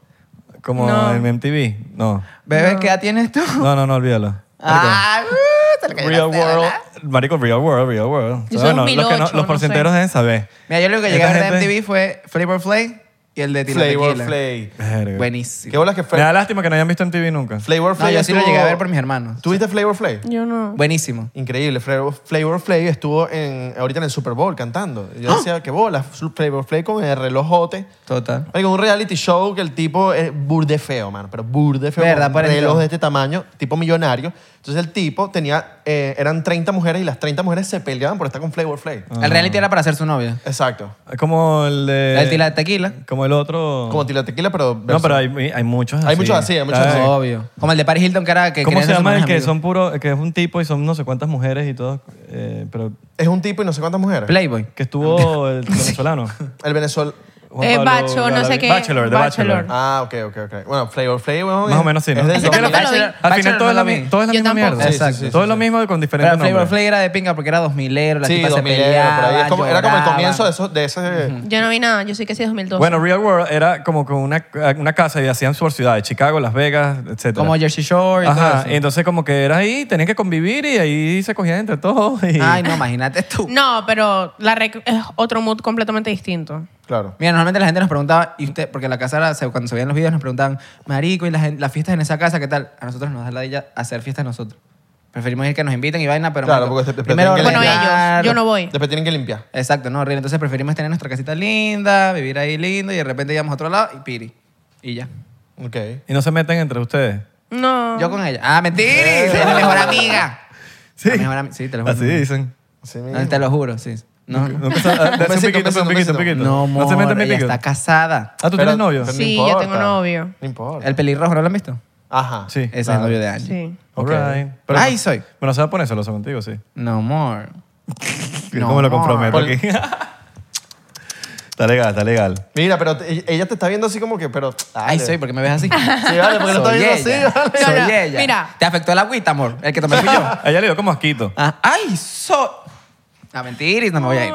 E: como
A: No.
E: en MTV. No.
B: Bebé, ¿qué edad tienes tú?
E: No, no, no, olvídalo.
B: Ah, uh, se le cayó la
E: Real
B: cera,
E: World,
B: ¿verdad?
E: marico, Real World, Real World.
A: Yo
E: O
A: soy
E: sea,
A: un
E: bueno, los, que no-
A: 1008,
E: los
A: no
E: porcenteros
A: sé.
E: deben saber.
B: Mira, yo lo único que llegué a
E: Esta
B: ver de
E: gente-
B: MTV fue Flavor Flay y el de Tila
D: Flavor
B: Tequila.
D: Flay.
E: Verga.
D: ¿Qué
B: Buenísimo.
D: bolas que
E: Me da
D: fue?
E: lástima que no hayan visto MTV nunca.
D: Flavor
B: No,
D: Flay
B: yo sí lo
D: estuvo-
B: llegué a ver por mis hermanos.
D: ¿Tuviste Flavor Flay?
A: Yo no.
B: Buenísimo.
D: Increíble. Flavor, Flavor Flay estuvo en, ahorita en el Super Bowl cantando. Yo
E: Ah.
D: decía, qué bolas. Flavor Flay con el relojote.
B: Total.
D: Oiga, un reality show que el tipo es burde feo, mano, pero burde feo.
B: ¿Verdad,
D: con
B: parece?
D: reloj de este tamaño, tipo millonario. Entonces el tipo tenía, eh, eran 30 mujeres y las 30 mujeres se peleaban por estar con Flavor Flay.
E: Ah.
B: El reality era para ser su novia.
D: Exacto.
E: Es como el de...
B: el Tila Tequila.
E: Como el otro...
D: Como Tila Tequila, pero...
E: Ah. no,
D: versión-
E: pero hay, hay muchos así.
D: Hay muchos así, hay muchos
E: ¿sabes?
D: así.
B: Obvio. Como el de Paris Hilton, que era que
E: Ah, ¿Cómo
B: querían
E: se
B: ser sus
E: llama el
B: mejores
E: que
B: amigos.
E: son puro, que es un tipo y son no sé cuántas mujeres y todo, eh, pero
D: Es un tipo y no sé cuántas mujeres.
B: Playboy.
E: que estuvo el venezolano?
D: El Venezuela...
E: Juan
A: Eh,
E: Pablo
A: Bacho, no sé
E: Galavi-
A: qué.
E: Bachelor, de
A: Bachelor.
E: Bachelor.
D: Ah, ok, ok, ok. Bueno, Flavor Flay, weón,
E: Más
D: es-
E: o menos sí, ¿no?
D: es del
A: Ese también
D: dos-
A: lo vi.
E: Al final
B: Bachelor
E: todo,
B: no
E: es
B: la
E: la,
B: vi.
E: mi- todo es la
A: Yo
E: misma
A: tampoco.
E: mierda.
D: Sí, sí,
E: Exacto.
D: sí,
E: todo
D: sí,
E: es lo
D: sí.
E: mismo con
B: Pero
E: diferentes
B: el Flavor
E: nombres.
B: Flay era de pinga porque era 2000 ero, la
D: Sí,
B: tipa se
D: 2000 euros, por ahí.
B: peleaba,
D: Es como- era como el
B: lloraba.
D: comienzo de, esos, eh, de ese...
A: Yo no vi nada, yo soy que sí 2002.
E: Bueno, Real World era como con una, una casa y hacían sus ciudades, Chicago, Las Vegas, etc.
B: Como Jersey Shore y todo
E: Ajá,
B: eso.
E: y entonces como que era ahí, tenían que convivir y ahí se cogían entre todos. Y...
B: Ay, no, imagínate tú.
A: no, pero la rec- es otro mood completamente distinto.
D: Claro.
B: Mira, normalmente la gente nos preguntaba, y usted, porque la casa era, se- cuando se veían los videos nos preguntaban, Marico, ¿y las, las fiestas en esa casa qué tal? A nosotros nos da la idea hacer fiestas nosotros. Preferimos ir que nos inviten y vaina, pero.
D: Claro,
B: marico,
D: porque se-
B: primero
A: Bueno,
D: pretenden que le-
B: ordenar.
A: ellos, yo no voy.
D: Después tienen que limpiar.
B: Exacto, no, horrible. Entonces preferimos tener nuestra casita linda, vivir ahí lindo, y de repente íbamos a otro lado y piri. Y ya.
D: Ok.
E: Y no se meten entre ustedes.
A: No.
B: Yo con ella. ¡Ah, mentira! Es mi mejor amiga.
E: Eh. Sí.
B: La mejor ami- sí, te lo juro.
E: Así dicen.
D: Así
B: No,
D: mismo.
B: te lo juro, sí. No, no.
E: Nunca se- ah, dale un
D: besito, un
E: piquito, un
D: besito,
E: piquito,
D: un
E: un piquito.
B: No,
E: No se
B: amor,
E: meten mi
B: ella
E: piquito.
B: está casada.
E: Ah,
D: Pero-
E: ¿tú tienes novio?
D: pero no
A: Sí, yo
D: importa.
A: tengo novio.
D: No importa.
B: El pelirrojo, ¿no lo han visto?
D: Ajá.
E: Sí.
B: Ese es
D: Claro.
B: el novio de Angie.
A: Sí.
E: All
D: Ok.
E: right.
B: Ay, soy.
E: Bueno, se va a poner celoso contigo, sí.
B: No more.
E: ¿Cómo lo comprometo
D: Por-
E: aquí? Está legal, está legal.
D: Mira, pero te- ella te está viendo así como que, pero.
B: Ay,
D: dale.
B: soy, porque me ves así.
D: Sí, vale, porque lo
B: Soy
D: estás viendo
B: ella.
D: así, vale.
B: Soy
A: No, no,
B: ella.
A: mira.
B: ¿Te afectó el agüita, amor? El que tomé fui yo.
E: A ella le dio como asquito.
B: Ah, ay, soy. Ah, mentiris, no me voy a ir.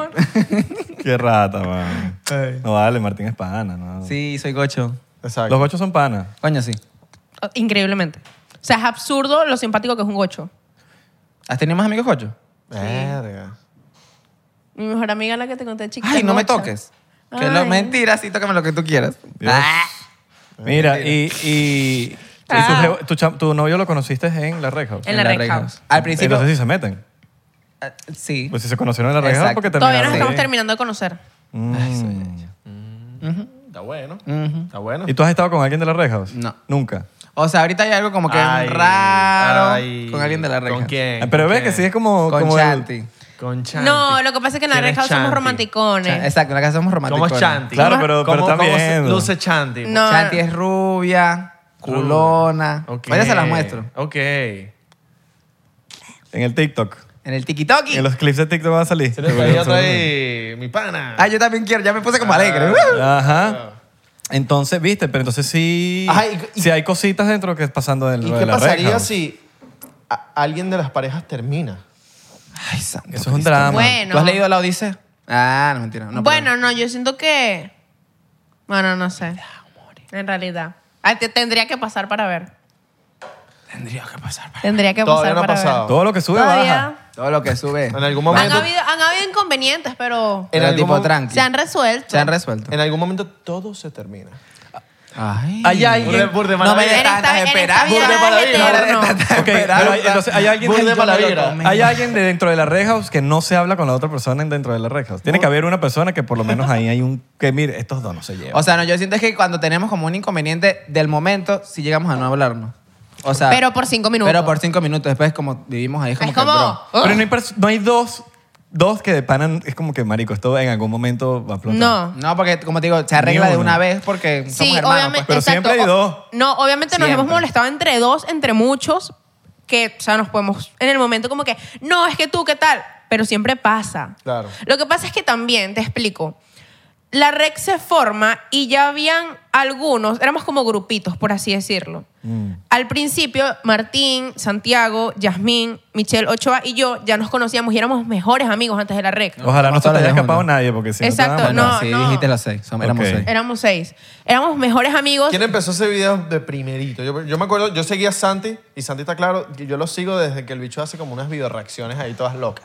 E: Qué rata, man. No vale, Martín es pana, ¿no?
B: Sí, soy gocho.
D: Exacto.
E: Los gochos son panas.
B: Coño, sí.
A: Oh, Increíblemente. O sea, es absurdo lo simpático que es un gocho.
B: ¿Has tenido más amigos gocho?
D: Verga.
A: Mi mejor amiga, la que te conté, chiquita.
B: Ay, no me
A: gocha.
B: toques. Que lo,
A: Ay.
B: mentira, sí, tócame lo que tú quieras.
E: Dios.
B: Ah,
E: Mira, y, y, y tu
A: Ah.
E: jevo- tu, cham- tu novio lo conociste en la Red House.
A: En la
B: la
A: Red
B: Red
A: House.
B: House. Al principio.
E: Entonces sí se meten.
B: ah, Sí.
E: Pues si se conocieron en la Red House,
B: Exacto.
E: porque terminaron.
A: Todavía nos estamos
E: ahí.
A: terminando de conocer.
E: Mm.
D: Está bueno. Está bueno.
E: ¿Y tú has estado con alguien de la Red House?
B: No.
E: Nunca.
B: O sea, ahorita hay algo como que
D: Ay,
B: raro
D: ay.
B: con alguien de la reja.
D: ¿Con quién?
E: Pero ves
D: ¿Con
E: que
D: quién?
E: sí es como.
B: Con
E: como el-
B: Chanti.
D: Con Chanti.
A: No, lo que pasa es que en la
D: ¿Quién
A: Red
D: es
A: House somos
D: Chanti?
B: Cha-
A: romanticones.
B: Exacto, en la casa somos
D: ¿Cómo
B: románticos.
D: es Chanti?
E: Claro, pero- pero
D: ¿Cómo-
E: está
D: cómo se-
E: viendo.
D: luce Chanti?
A: No.
B: Chanti es rubia, culona.
D: Ah, Ok.
B: Ahorita se las muestro.
D: Ok.
E: En el TikTok.
B: En el tiki-toki.
E: En los clips de TikTok van a salir.
D: Se le cayó otra ahí, mi pana.
B: Ah, yo también quiero, ya me puse como
E: Ah,
B: alegre.
E: Ajá. Entonces, viste, pero entonces sí.
D: Ay, Ah. y-
E: sí hay cositas dentro que es pasando del- de,
D: ¿Y qué
E: la Red
D: pasaría
E: House.
D: si a- alguien de las parejas termina?
B: Ay, santo
E: Eso es un
B: Cristo.
E: drama.
A: Bueno.
B: ¿Tú has leído La Odisea? Ah, no, mentira. No,
A: bueno, no, yo siento que. Bueno, no sé. En realidad. Ay, te- tendría que pasar para ver.
B: Tendría que pasar.
A: Tendría que
D: Todavía
A: pasar
D: no ha
A: para
D: pasado.
E: Todo lo que sube baja.
A: Todavía.
B: Todo lo que sube.
D: En algún
A: ver. Han
D: momento.
A: habido, han habido inconvenientes, pero
D: En
B: Era
D: algún
B: tipo
D: momento-
B: tranqui.
A: se han resuelto.
B: Se han resuelto.
D: En algún momento todo se termina.
B: Ay.
E: Hay alguien.
D: Burde- Burde
B: no me
D: Maravilla.
B: des
A: En esta-
B: tantas
A: en esta
B: esperanzas.
A: vida
D: Burde
A: es
D: maravilla.
A: eterno.
B: Burde tantas
E: Ok, pero hay-
B: esperanzas.
E: entonces hay alguien,
D: Burde
E: hay-
D: Palavira.
E: hay alguien de dentro de la Red House que no se habla con la otra persona en- dentro de la Red House. Tiene que haber una persona que por lo menos ahí hay un que mire, estos dos no se llevan.
B: O sea, no, yo siento es que cuando tenemos como un inconveniente del momento, sí llegamos a no hablarnos. O sea,
A: Pero por cinco minutos.
B: Pero por cinco minutos. Después como vivimos ahí es como
A: es
B: que,
A: como.
B: bro,
A: "Ugh".
D: ¡ah!
E: pero no hay, pers- no hay dos, dos que de pana es como que marico, esto en algún momento va a explotar.
A: No.
B: No, porque como te digo, se
E: Ni
B: arregla de
E: uno.
B: una vez porque
A: Sí,
B: somos hermanos. pues.
A: obviamente.
E: pero
A: exacto.
E: siempre hay dos.
A: O- No, obviamente nos hemos
B: Siempre.
A: molestado entre dos, entre muchos, que, o sea, nos podemos en el momento como que, no, es que tú, ¿qué tal? Pero siempre pasa.
D: Claro.
A: Lo que pasa es que también, te explico, la red se forma y ya habían algunos, éramos como grupitos, por así decirlo. Al principio, Martín, Santiago, Yasmín, Michelle Ochoa y yo ya nos conocíamos y éramos mejores amigos antes de la red.
E: Ojalá no se
B: Todas
E: te haya
B: las
E: escapado
B: juntas.
E: nadie, porque si
A: Exacto,
E: no te van
B: Bueno,
E: a matar.
A: no, Eh,
B: sí,
A: no.
B: dijiste los seis. Somos, Éramos
E: Ok.
B: seis.
A: Éramos seis. Éramos mejores amigos.
D: ¿Quién empezó ese video de primerito? Yo, yo me acuerdo, yo seguía a Santi y Santi está claro, que yo lo sigo desde que el bicho hace como unas videoreacciones ahí todas locas.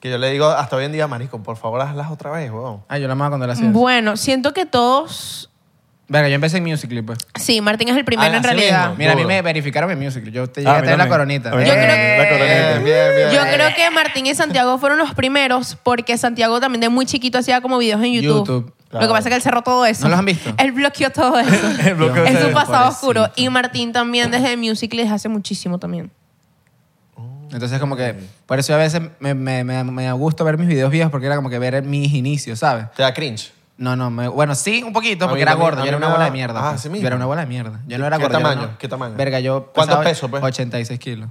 D: Que yo le digo hasta hoy en día, marico, por favor hazlas otra vez, weón.
B: Ah, yo la amaba cuando la hacía.
A: Bueno, siento que todos.
B: Verga, yo empecé en Musical.ly, pues.
A: Sí, Martín es el primero
B: Ah,
A: en
B: así
A: realidad.
D: mismo.
B: Mira, a mí
D: Duro.
B: me verificaron en Musical.ly. Yo te
E: Ah,
B: llegué a
E: mí
B: tener la
E: también.
B: coronita.
E: A mí
B: Eh.
E: también, la coronita.
D: Bien, bien, bien.
A: Yo
E: eh.
A: creo que Martín y Santiago fueron los primeros porque Santiago también de muy chiquito hacía como videos en YouTube.
B: YouTube,
A: Lo que pasa es que él cerró todo eso.
B: ¿No los han visto?
A: Él bloqueó todo eso.
E: Él bloqueó
A: es
E: todo
A: su
E: eso.
A: pasado
B: Pobrecito.
A: oscuro. Y Martín también desde Musical.ly desde hace muchísimo también.
B: Entonces, como que. Por eso a veces me, me, me, me da gusto ver mis videos viejos porque era como que ver mis inicios, ¿sabes?
D: Te da cringe.
B: No, no, me- bueno, sí, un poquito,
D: A mí
B: porque era
D: también,
B: gordo. Yo
D: a mí
B: era
D: me
B: una bola
D: da-
B: de mierda.
D: Ah,
B: pues.
D: sí
B: Yo
D: mismo.
B: era una bola de mierda. Yo no era
D: ¿Qué
B: gordo. yo era
D: tamaño?
B: una-
D: ¿Qué tamaño?
B: Verga, yo.
D: ¿Cuánto
B: pesaba
D: peso, pues?
B: 86 kilos.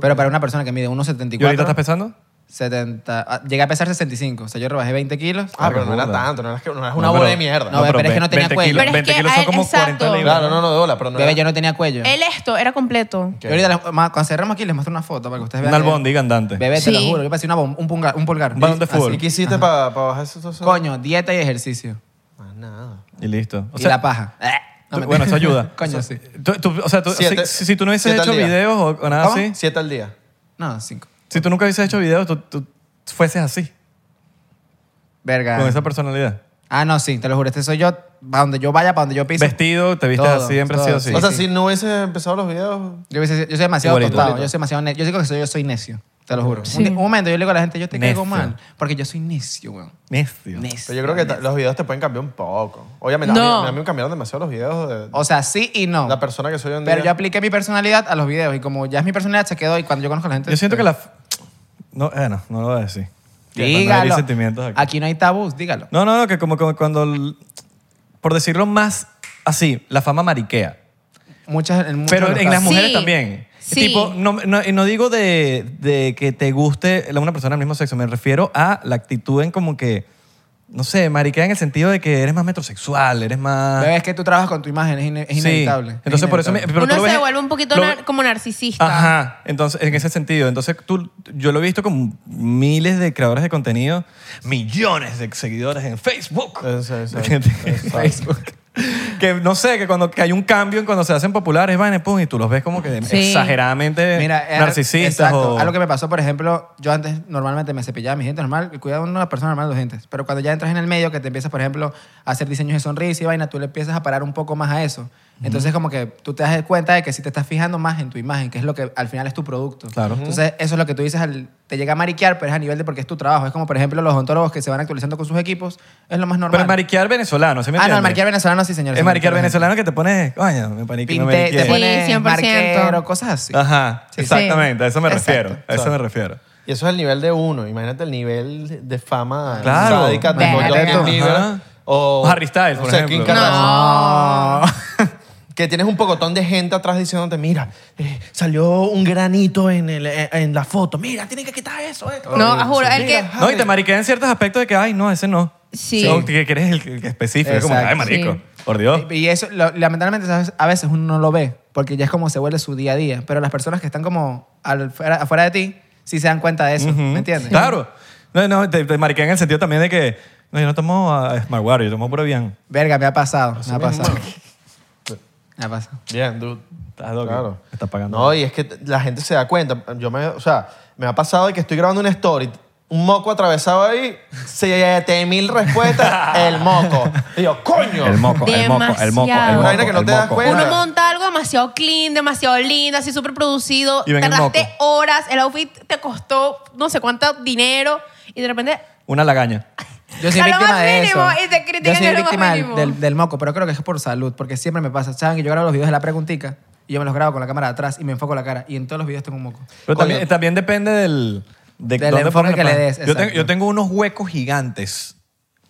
B: Pero para una persona que mide
E: ¿Y ahorita
B: 1,74.
E: estás pensando?
B: 70, ah, llegué a pesar 65, o sea, yo rebajé 20 kilos.
D: Ah,
E: Ah,
D: pero
E: qué
D: no era
E: burda.
D: tanto, no era, no era una
E: No,
D: bola
E: pero-
D: de mierda.
B: No, pero es que no tenía
E: 20
B: cuello.
E: kilos-
A: Pero es
E: 20
A: que
E: kilos
A: a
E: son
A: él-
E: como 40
A: exacto.
E: libras.
D: Claro, no, no, de bola, pero no
B: Bebé,
D: era-
B: yo no tenía cuello.
A: Él esto era completo.
D: Ok.
B: Yo ahorita, la- ma- cuando cerramos aquí, les muestro una foto para que ustedes
E: Un
B: vean.
E: albóndiga andante.
B: Bebé, te lo
A: Sí.
B: juro, yo pasé una bom- un, pulgar, un pulgar.
E: Un balón de
B: Así.
E: fútbol.
D: ¿Y qué hiciste para bajar eso? eso- eso?
B: Coño, dieta y ejercicio.
D: Más nada.
E: Y listo. O
B: y la paja. Eh,
E: tú- bueno, eso ayuda.
B: Coño, sí.
E: Tú- tú- o sea, tú-
D: Siete-
E: si, si tú no hubieses
D: siete
E: hecho
D: al día.
E: videos o, o nada
B: ¿Cómo?
E: así,
D: Siete al día.
B: No, cinco.
E: si tú nunca hubieses hecho videos, tú, tú fueses así,
B: Verga.
E: con esa personalidad.
B: Ah, no, sí, te lo juro. Este soy yo, para donde yo vaya, para donde yo piso.
E: Vestido, te vistes
B: Todo,
E: así, siempre has
B: todo,
E: sido así.
B: sí.
D: o sea, si no hubiese empezado los videos,
B: Yo, hubiese- yo soy demasiado
E: Igualito.
B: tostado, yo soy demasiado necio. Yo digo que soy, yo soy necio, te lo juro. Un, di- un momento yo le digo a la gente, yo te
E: Necio.
B: caigo mal, porque yo soy necio, weón.
E: Necio.
B: Necio.
D: Pero yo creo que ta- los videos te pueden cambiar un poco. Obviamente, a mí-
A: No.
D: a, mí, me cambiaron demasiado los videos de
B: O sea, sí y no.
D: la persona que soy hoy en
B: Pero yo
D: día.
B: apliqué mi personalidad a los videos y como ya es mi personalidad, se quedó y cuando yo conozco a la gente...
E: Yo siento que la... No, bueno, no lo voy a decir. Que para no herir
B: Dígalo.
E: sentimientos aquí.
B: Aquí no hay tabús, dígalo.
E: No, no, no, que como, como cuando... l- Por decirlo más así, la fama mariquea.
B: Muchas, en muchos de
E: Pero
B: los
E: en las
B: casos.
E: mujeres
A: Sí,
E: también.
A: sí.
E: Tipo, no, no, y no digo de, de que te guste la- una persona del mismo sexo, me refiero a la actitud en como que no sé, mariquea en el sentido de que eres más metrosexual, eres más...
B: Bebé, es que tú trabajas con tu imagen, es, ine- es
E: Sí.
B: inevitable. es
E: Entonces, por eso... me-
B: inevitable.
E: pero tú
A: Uno
E: lo
A: se
E: ves-
A: vuelve un poquito
E: lo-
A: nar- como narcisista.
E: Ajá, entonces, en ese sentido. Entonces, tú, yo lo he visto con miles de creadores de contenido, millones de seguidores en Facebook.
D: Eso, eso,
E: Gente en
D: exacto.
E: Facebook. Que no sé, que cuando que hay un cambio en cuando se hacen populares, van y pum, y tú los ves como que
A: Sí.
E: exageradamente
B: Mira, era-
E: narcisistas.
B: exacto.
E: o-
B: Algo que me pasó, por ejemplo, yo antes normalmente me cepillaba mis dientes normal, y cuidaba a una persona normal los dientes. Pero cuando ya entras en el medio, que te empiezas, por ejemplo, a hacer diseños de sonrisa y vaina, tú le empiezas a parar un poco más a eso. Entonces, como que tú te das cuenta de que si te estás fijando más en tu imagen, que es lo que al final es tu producto.
E: Claro.
B: Entonces, eso es lo que tú dices, al- te llega a mariquear, pero es a nivel de porque es tu trabajo. Es como, por ejemplo, los odontólogos que se van actualizando con sus equipos, es lo más normal.
E: Pero el mariquear venezolano, ¿se me
B: ah, no, el
E: entiende?
B: mariquear venezolano sí, señor.
E: Es mariquear venezolano que te pones, coño, me paniqué, no me
B: Pinte, te
E: mariqueé".
A: Sí,
B: pones
A: 100%.
B: marquero, cosas así.
E: Ajá,
B: Sí.
E: exactamente, a eso me refiero.
B: Exacto.
E: A eso me
D: Exacto.
E: refiero.
D: Y eso es el nivel de uno. Imagínate el nivel de fama
E: Claro.
D: sádica tipo
A: Verga.
D: Justin Bieber
E: Ajá.
D: o
E: Harry Styles, por
D: o sea,
E: ejemplo.
D: Kim Kardashian.
A: No.
D: Que tienes un pocotón de gente atrás diciéndote, mira, eh, salió un granito en, el, eh, en la foto. Mira, tienen que quitar eso. esto".
A: No, juro, el
D: Mira,
A: que-
B: Ah,
D: Harry.
E: No, y te mariquea en ciertos aspectos de que, ay, no, ese no.
A: Sí.
E: O que que eres el, el que específico. Es como,
B: Exacto.
E: ay, marico,
A: Sí.
E: por Dios.
B: Y y eso, lo- lamentablemente, ¿sabes? a veces uno no lo ve, porque ya es como se vuelve su día a día. Pero las personas que están como al- fuera- afuera de ti, sí se dan cuenta de eso, ¿me entiendes?
E: Claro. No, no, te, te mariquea en el sentido también de que, no, yo no tomo ah, Smart Water, yo tomo puro bien.
B: Verga, me ha pasado, me ha
D: mismo.
B: pasado. Me ha pasado.
D: Bien, dude.
E: Estás loco.
D: Claro.
E: Estás pagando.
D: No, y es que t- la gente se da cuenta. Yo me, o sea, me ha pasado de que estoy grabando una story, un moco atravesado ahí, 7000 respuestas, el moco. Y yo, coño.
E: El moco, el moco, el moco, el
A: Demasiado.
E: moco.
A: Una
D: vaina que no
E: el
D: te das
E: moco.
D: cuenta.
A: Uno
D: Claro.
A: monta algo demasiado clean, demasiado lindo, así súper producido.
E: Y ven el
A: Tardaste
E: moco.
A: horas, el outfit te costó no sé cuánto dinero y de repente
E: Una lagaña.
B: Yo soy
A: A lo
B: víctima
A: más
B: de
A: mínimo,
B: eso.
A: y te critican
B: yo soy
A: a lo más
B: víctima del,
A: mínimo.
B: del- del moco, pero creo que es por salud, porque siempre me pasa. Saben que yo grabo los videos de la preguntica y yo me los grabo con la cámara de atrás y me enfoco la cara y en todos los videos tengo un moco.
E: Pero
D: Coño.
E: también, también depende del... De
B: Del
E: dónde
B: enfoque
E: pones la
B: que le
E: pan.
B: des,
E: Yo tengo,
B: exacto.
E: yo tengo unos huecos gigantes.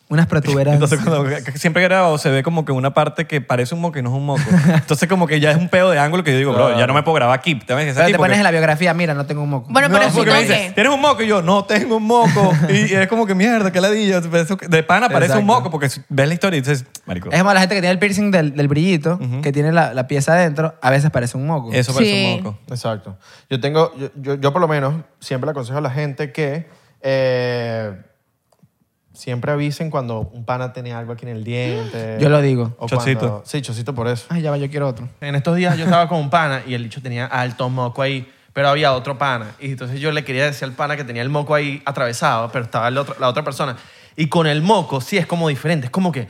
B: Unas protuberancias.
E: Entonces, cuando siempre grabo, se ve como que una parte que parece un moco y no es un moco. Entonces, como que ya es un pedo de ángulo que yo digo, bro, ya no me puedo grabar aquí. Te ves ese
B: Pero te
E: tipo
B: pones
E: que-
B: en la biografía, mira, no tengo un moco.
A: Bueno, pero
E: No,
A: si
E: porque
A: no,
E: me dice,
A: ¿qué?
E: ¿tienes un moco? Y yo, no, tengo un moco. y es como que mierda, qué ladilla. Eso que- De pana parece
B: Exacto.
E: un moco porque ves la historia y dices, marico,
B: Es como la gente que tiene el piercing del, del brillito, que tiene la, la pieza adentro, a veces parece un moco.
E: eso parece
A: Sí.
E: un moco.
D: Exacto. Yo tengo, yo, yo, yo por lo menos siempre le aconsejo a la gente que eh, siempre avisen cuando un pana tiene algo aquí en el diente.
B: Yo lo digo.
D: O
E: Chocito.
D: cuando- sí, chocito por eso.
B: Ay, ya va, yo quiero otro.
D: En estos días yo estaba con un pana y el bicho tenía alto moco ahí, pero había otro pana. Y entonces yo le quería decir al pana que tenía el moco ahí atravesado, pero estaba el otro- la otra persona. Y con el moco sí es como diferente, es como que,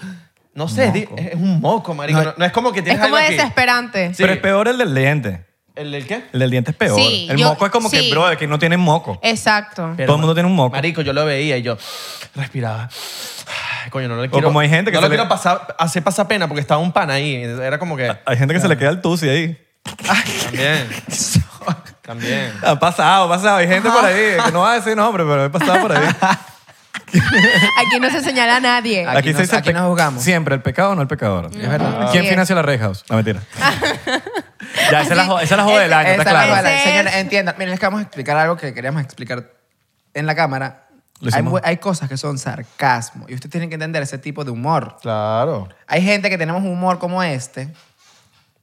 D: no sé, es di- es, es un moco, marico. No, no es como que
A: es
D: tienes
A: como
D: algo aquí.
A: desesperante.
D: Sí.
E: Pero es peor el del diente.
D: ¿El del qué?
E: El del diente es peor.
A: Sí,
E: el
A: yo-
E: moco es como
A: sí.
E: que, bro, que no tienen moco.
A: Exacto.
D: Pero,
E: Todo el mundo tiene un moco.
D: Marico, yo lo veía y yo respiraba. Ay, Coño, no le quiero.
E: como hay gente que
D: no lo
E: se le-
D: quiero pasar, hacer pasar pena porque estaba un pana ahí. Era como
A: Eh.
D: que.
E: Hay gente que se le queda el tusi ahí.
D: También. también.
E: Ha pasado, ha pasado. Hay gente por ahí que no va a decir nombre, pero he pasado por ahí.
A: Aquí no se señala a nadie.
B: Aquí nos- aquí
E: pe-
B: nos juzgamos.
E: Siempre, el pecado no el pecador. Es
A: verdad.
E: ¿Quién
A: Así es.
E: financia la Red House? No, mentira. ya, esa es la, jo- esa es la joda del
A: Esa-
E: año,
B: Esa
E: está
B: es la
E: claro.
B: buena.
A: Ese es-
B: Señores, entiendan. Miren, les vamos a explicar algo que queríamos explicar en la cámara. Hay,
E: Lo hicimos.
B: mu- hay cosas que son sarcasmo y ustedes tienen que entender ese tipo de humor.
D: Claro.
B: Hay gente que tenemos un humor como este,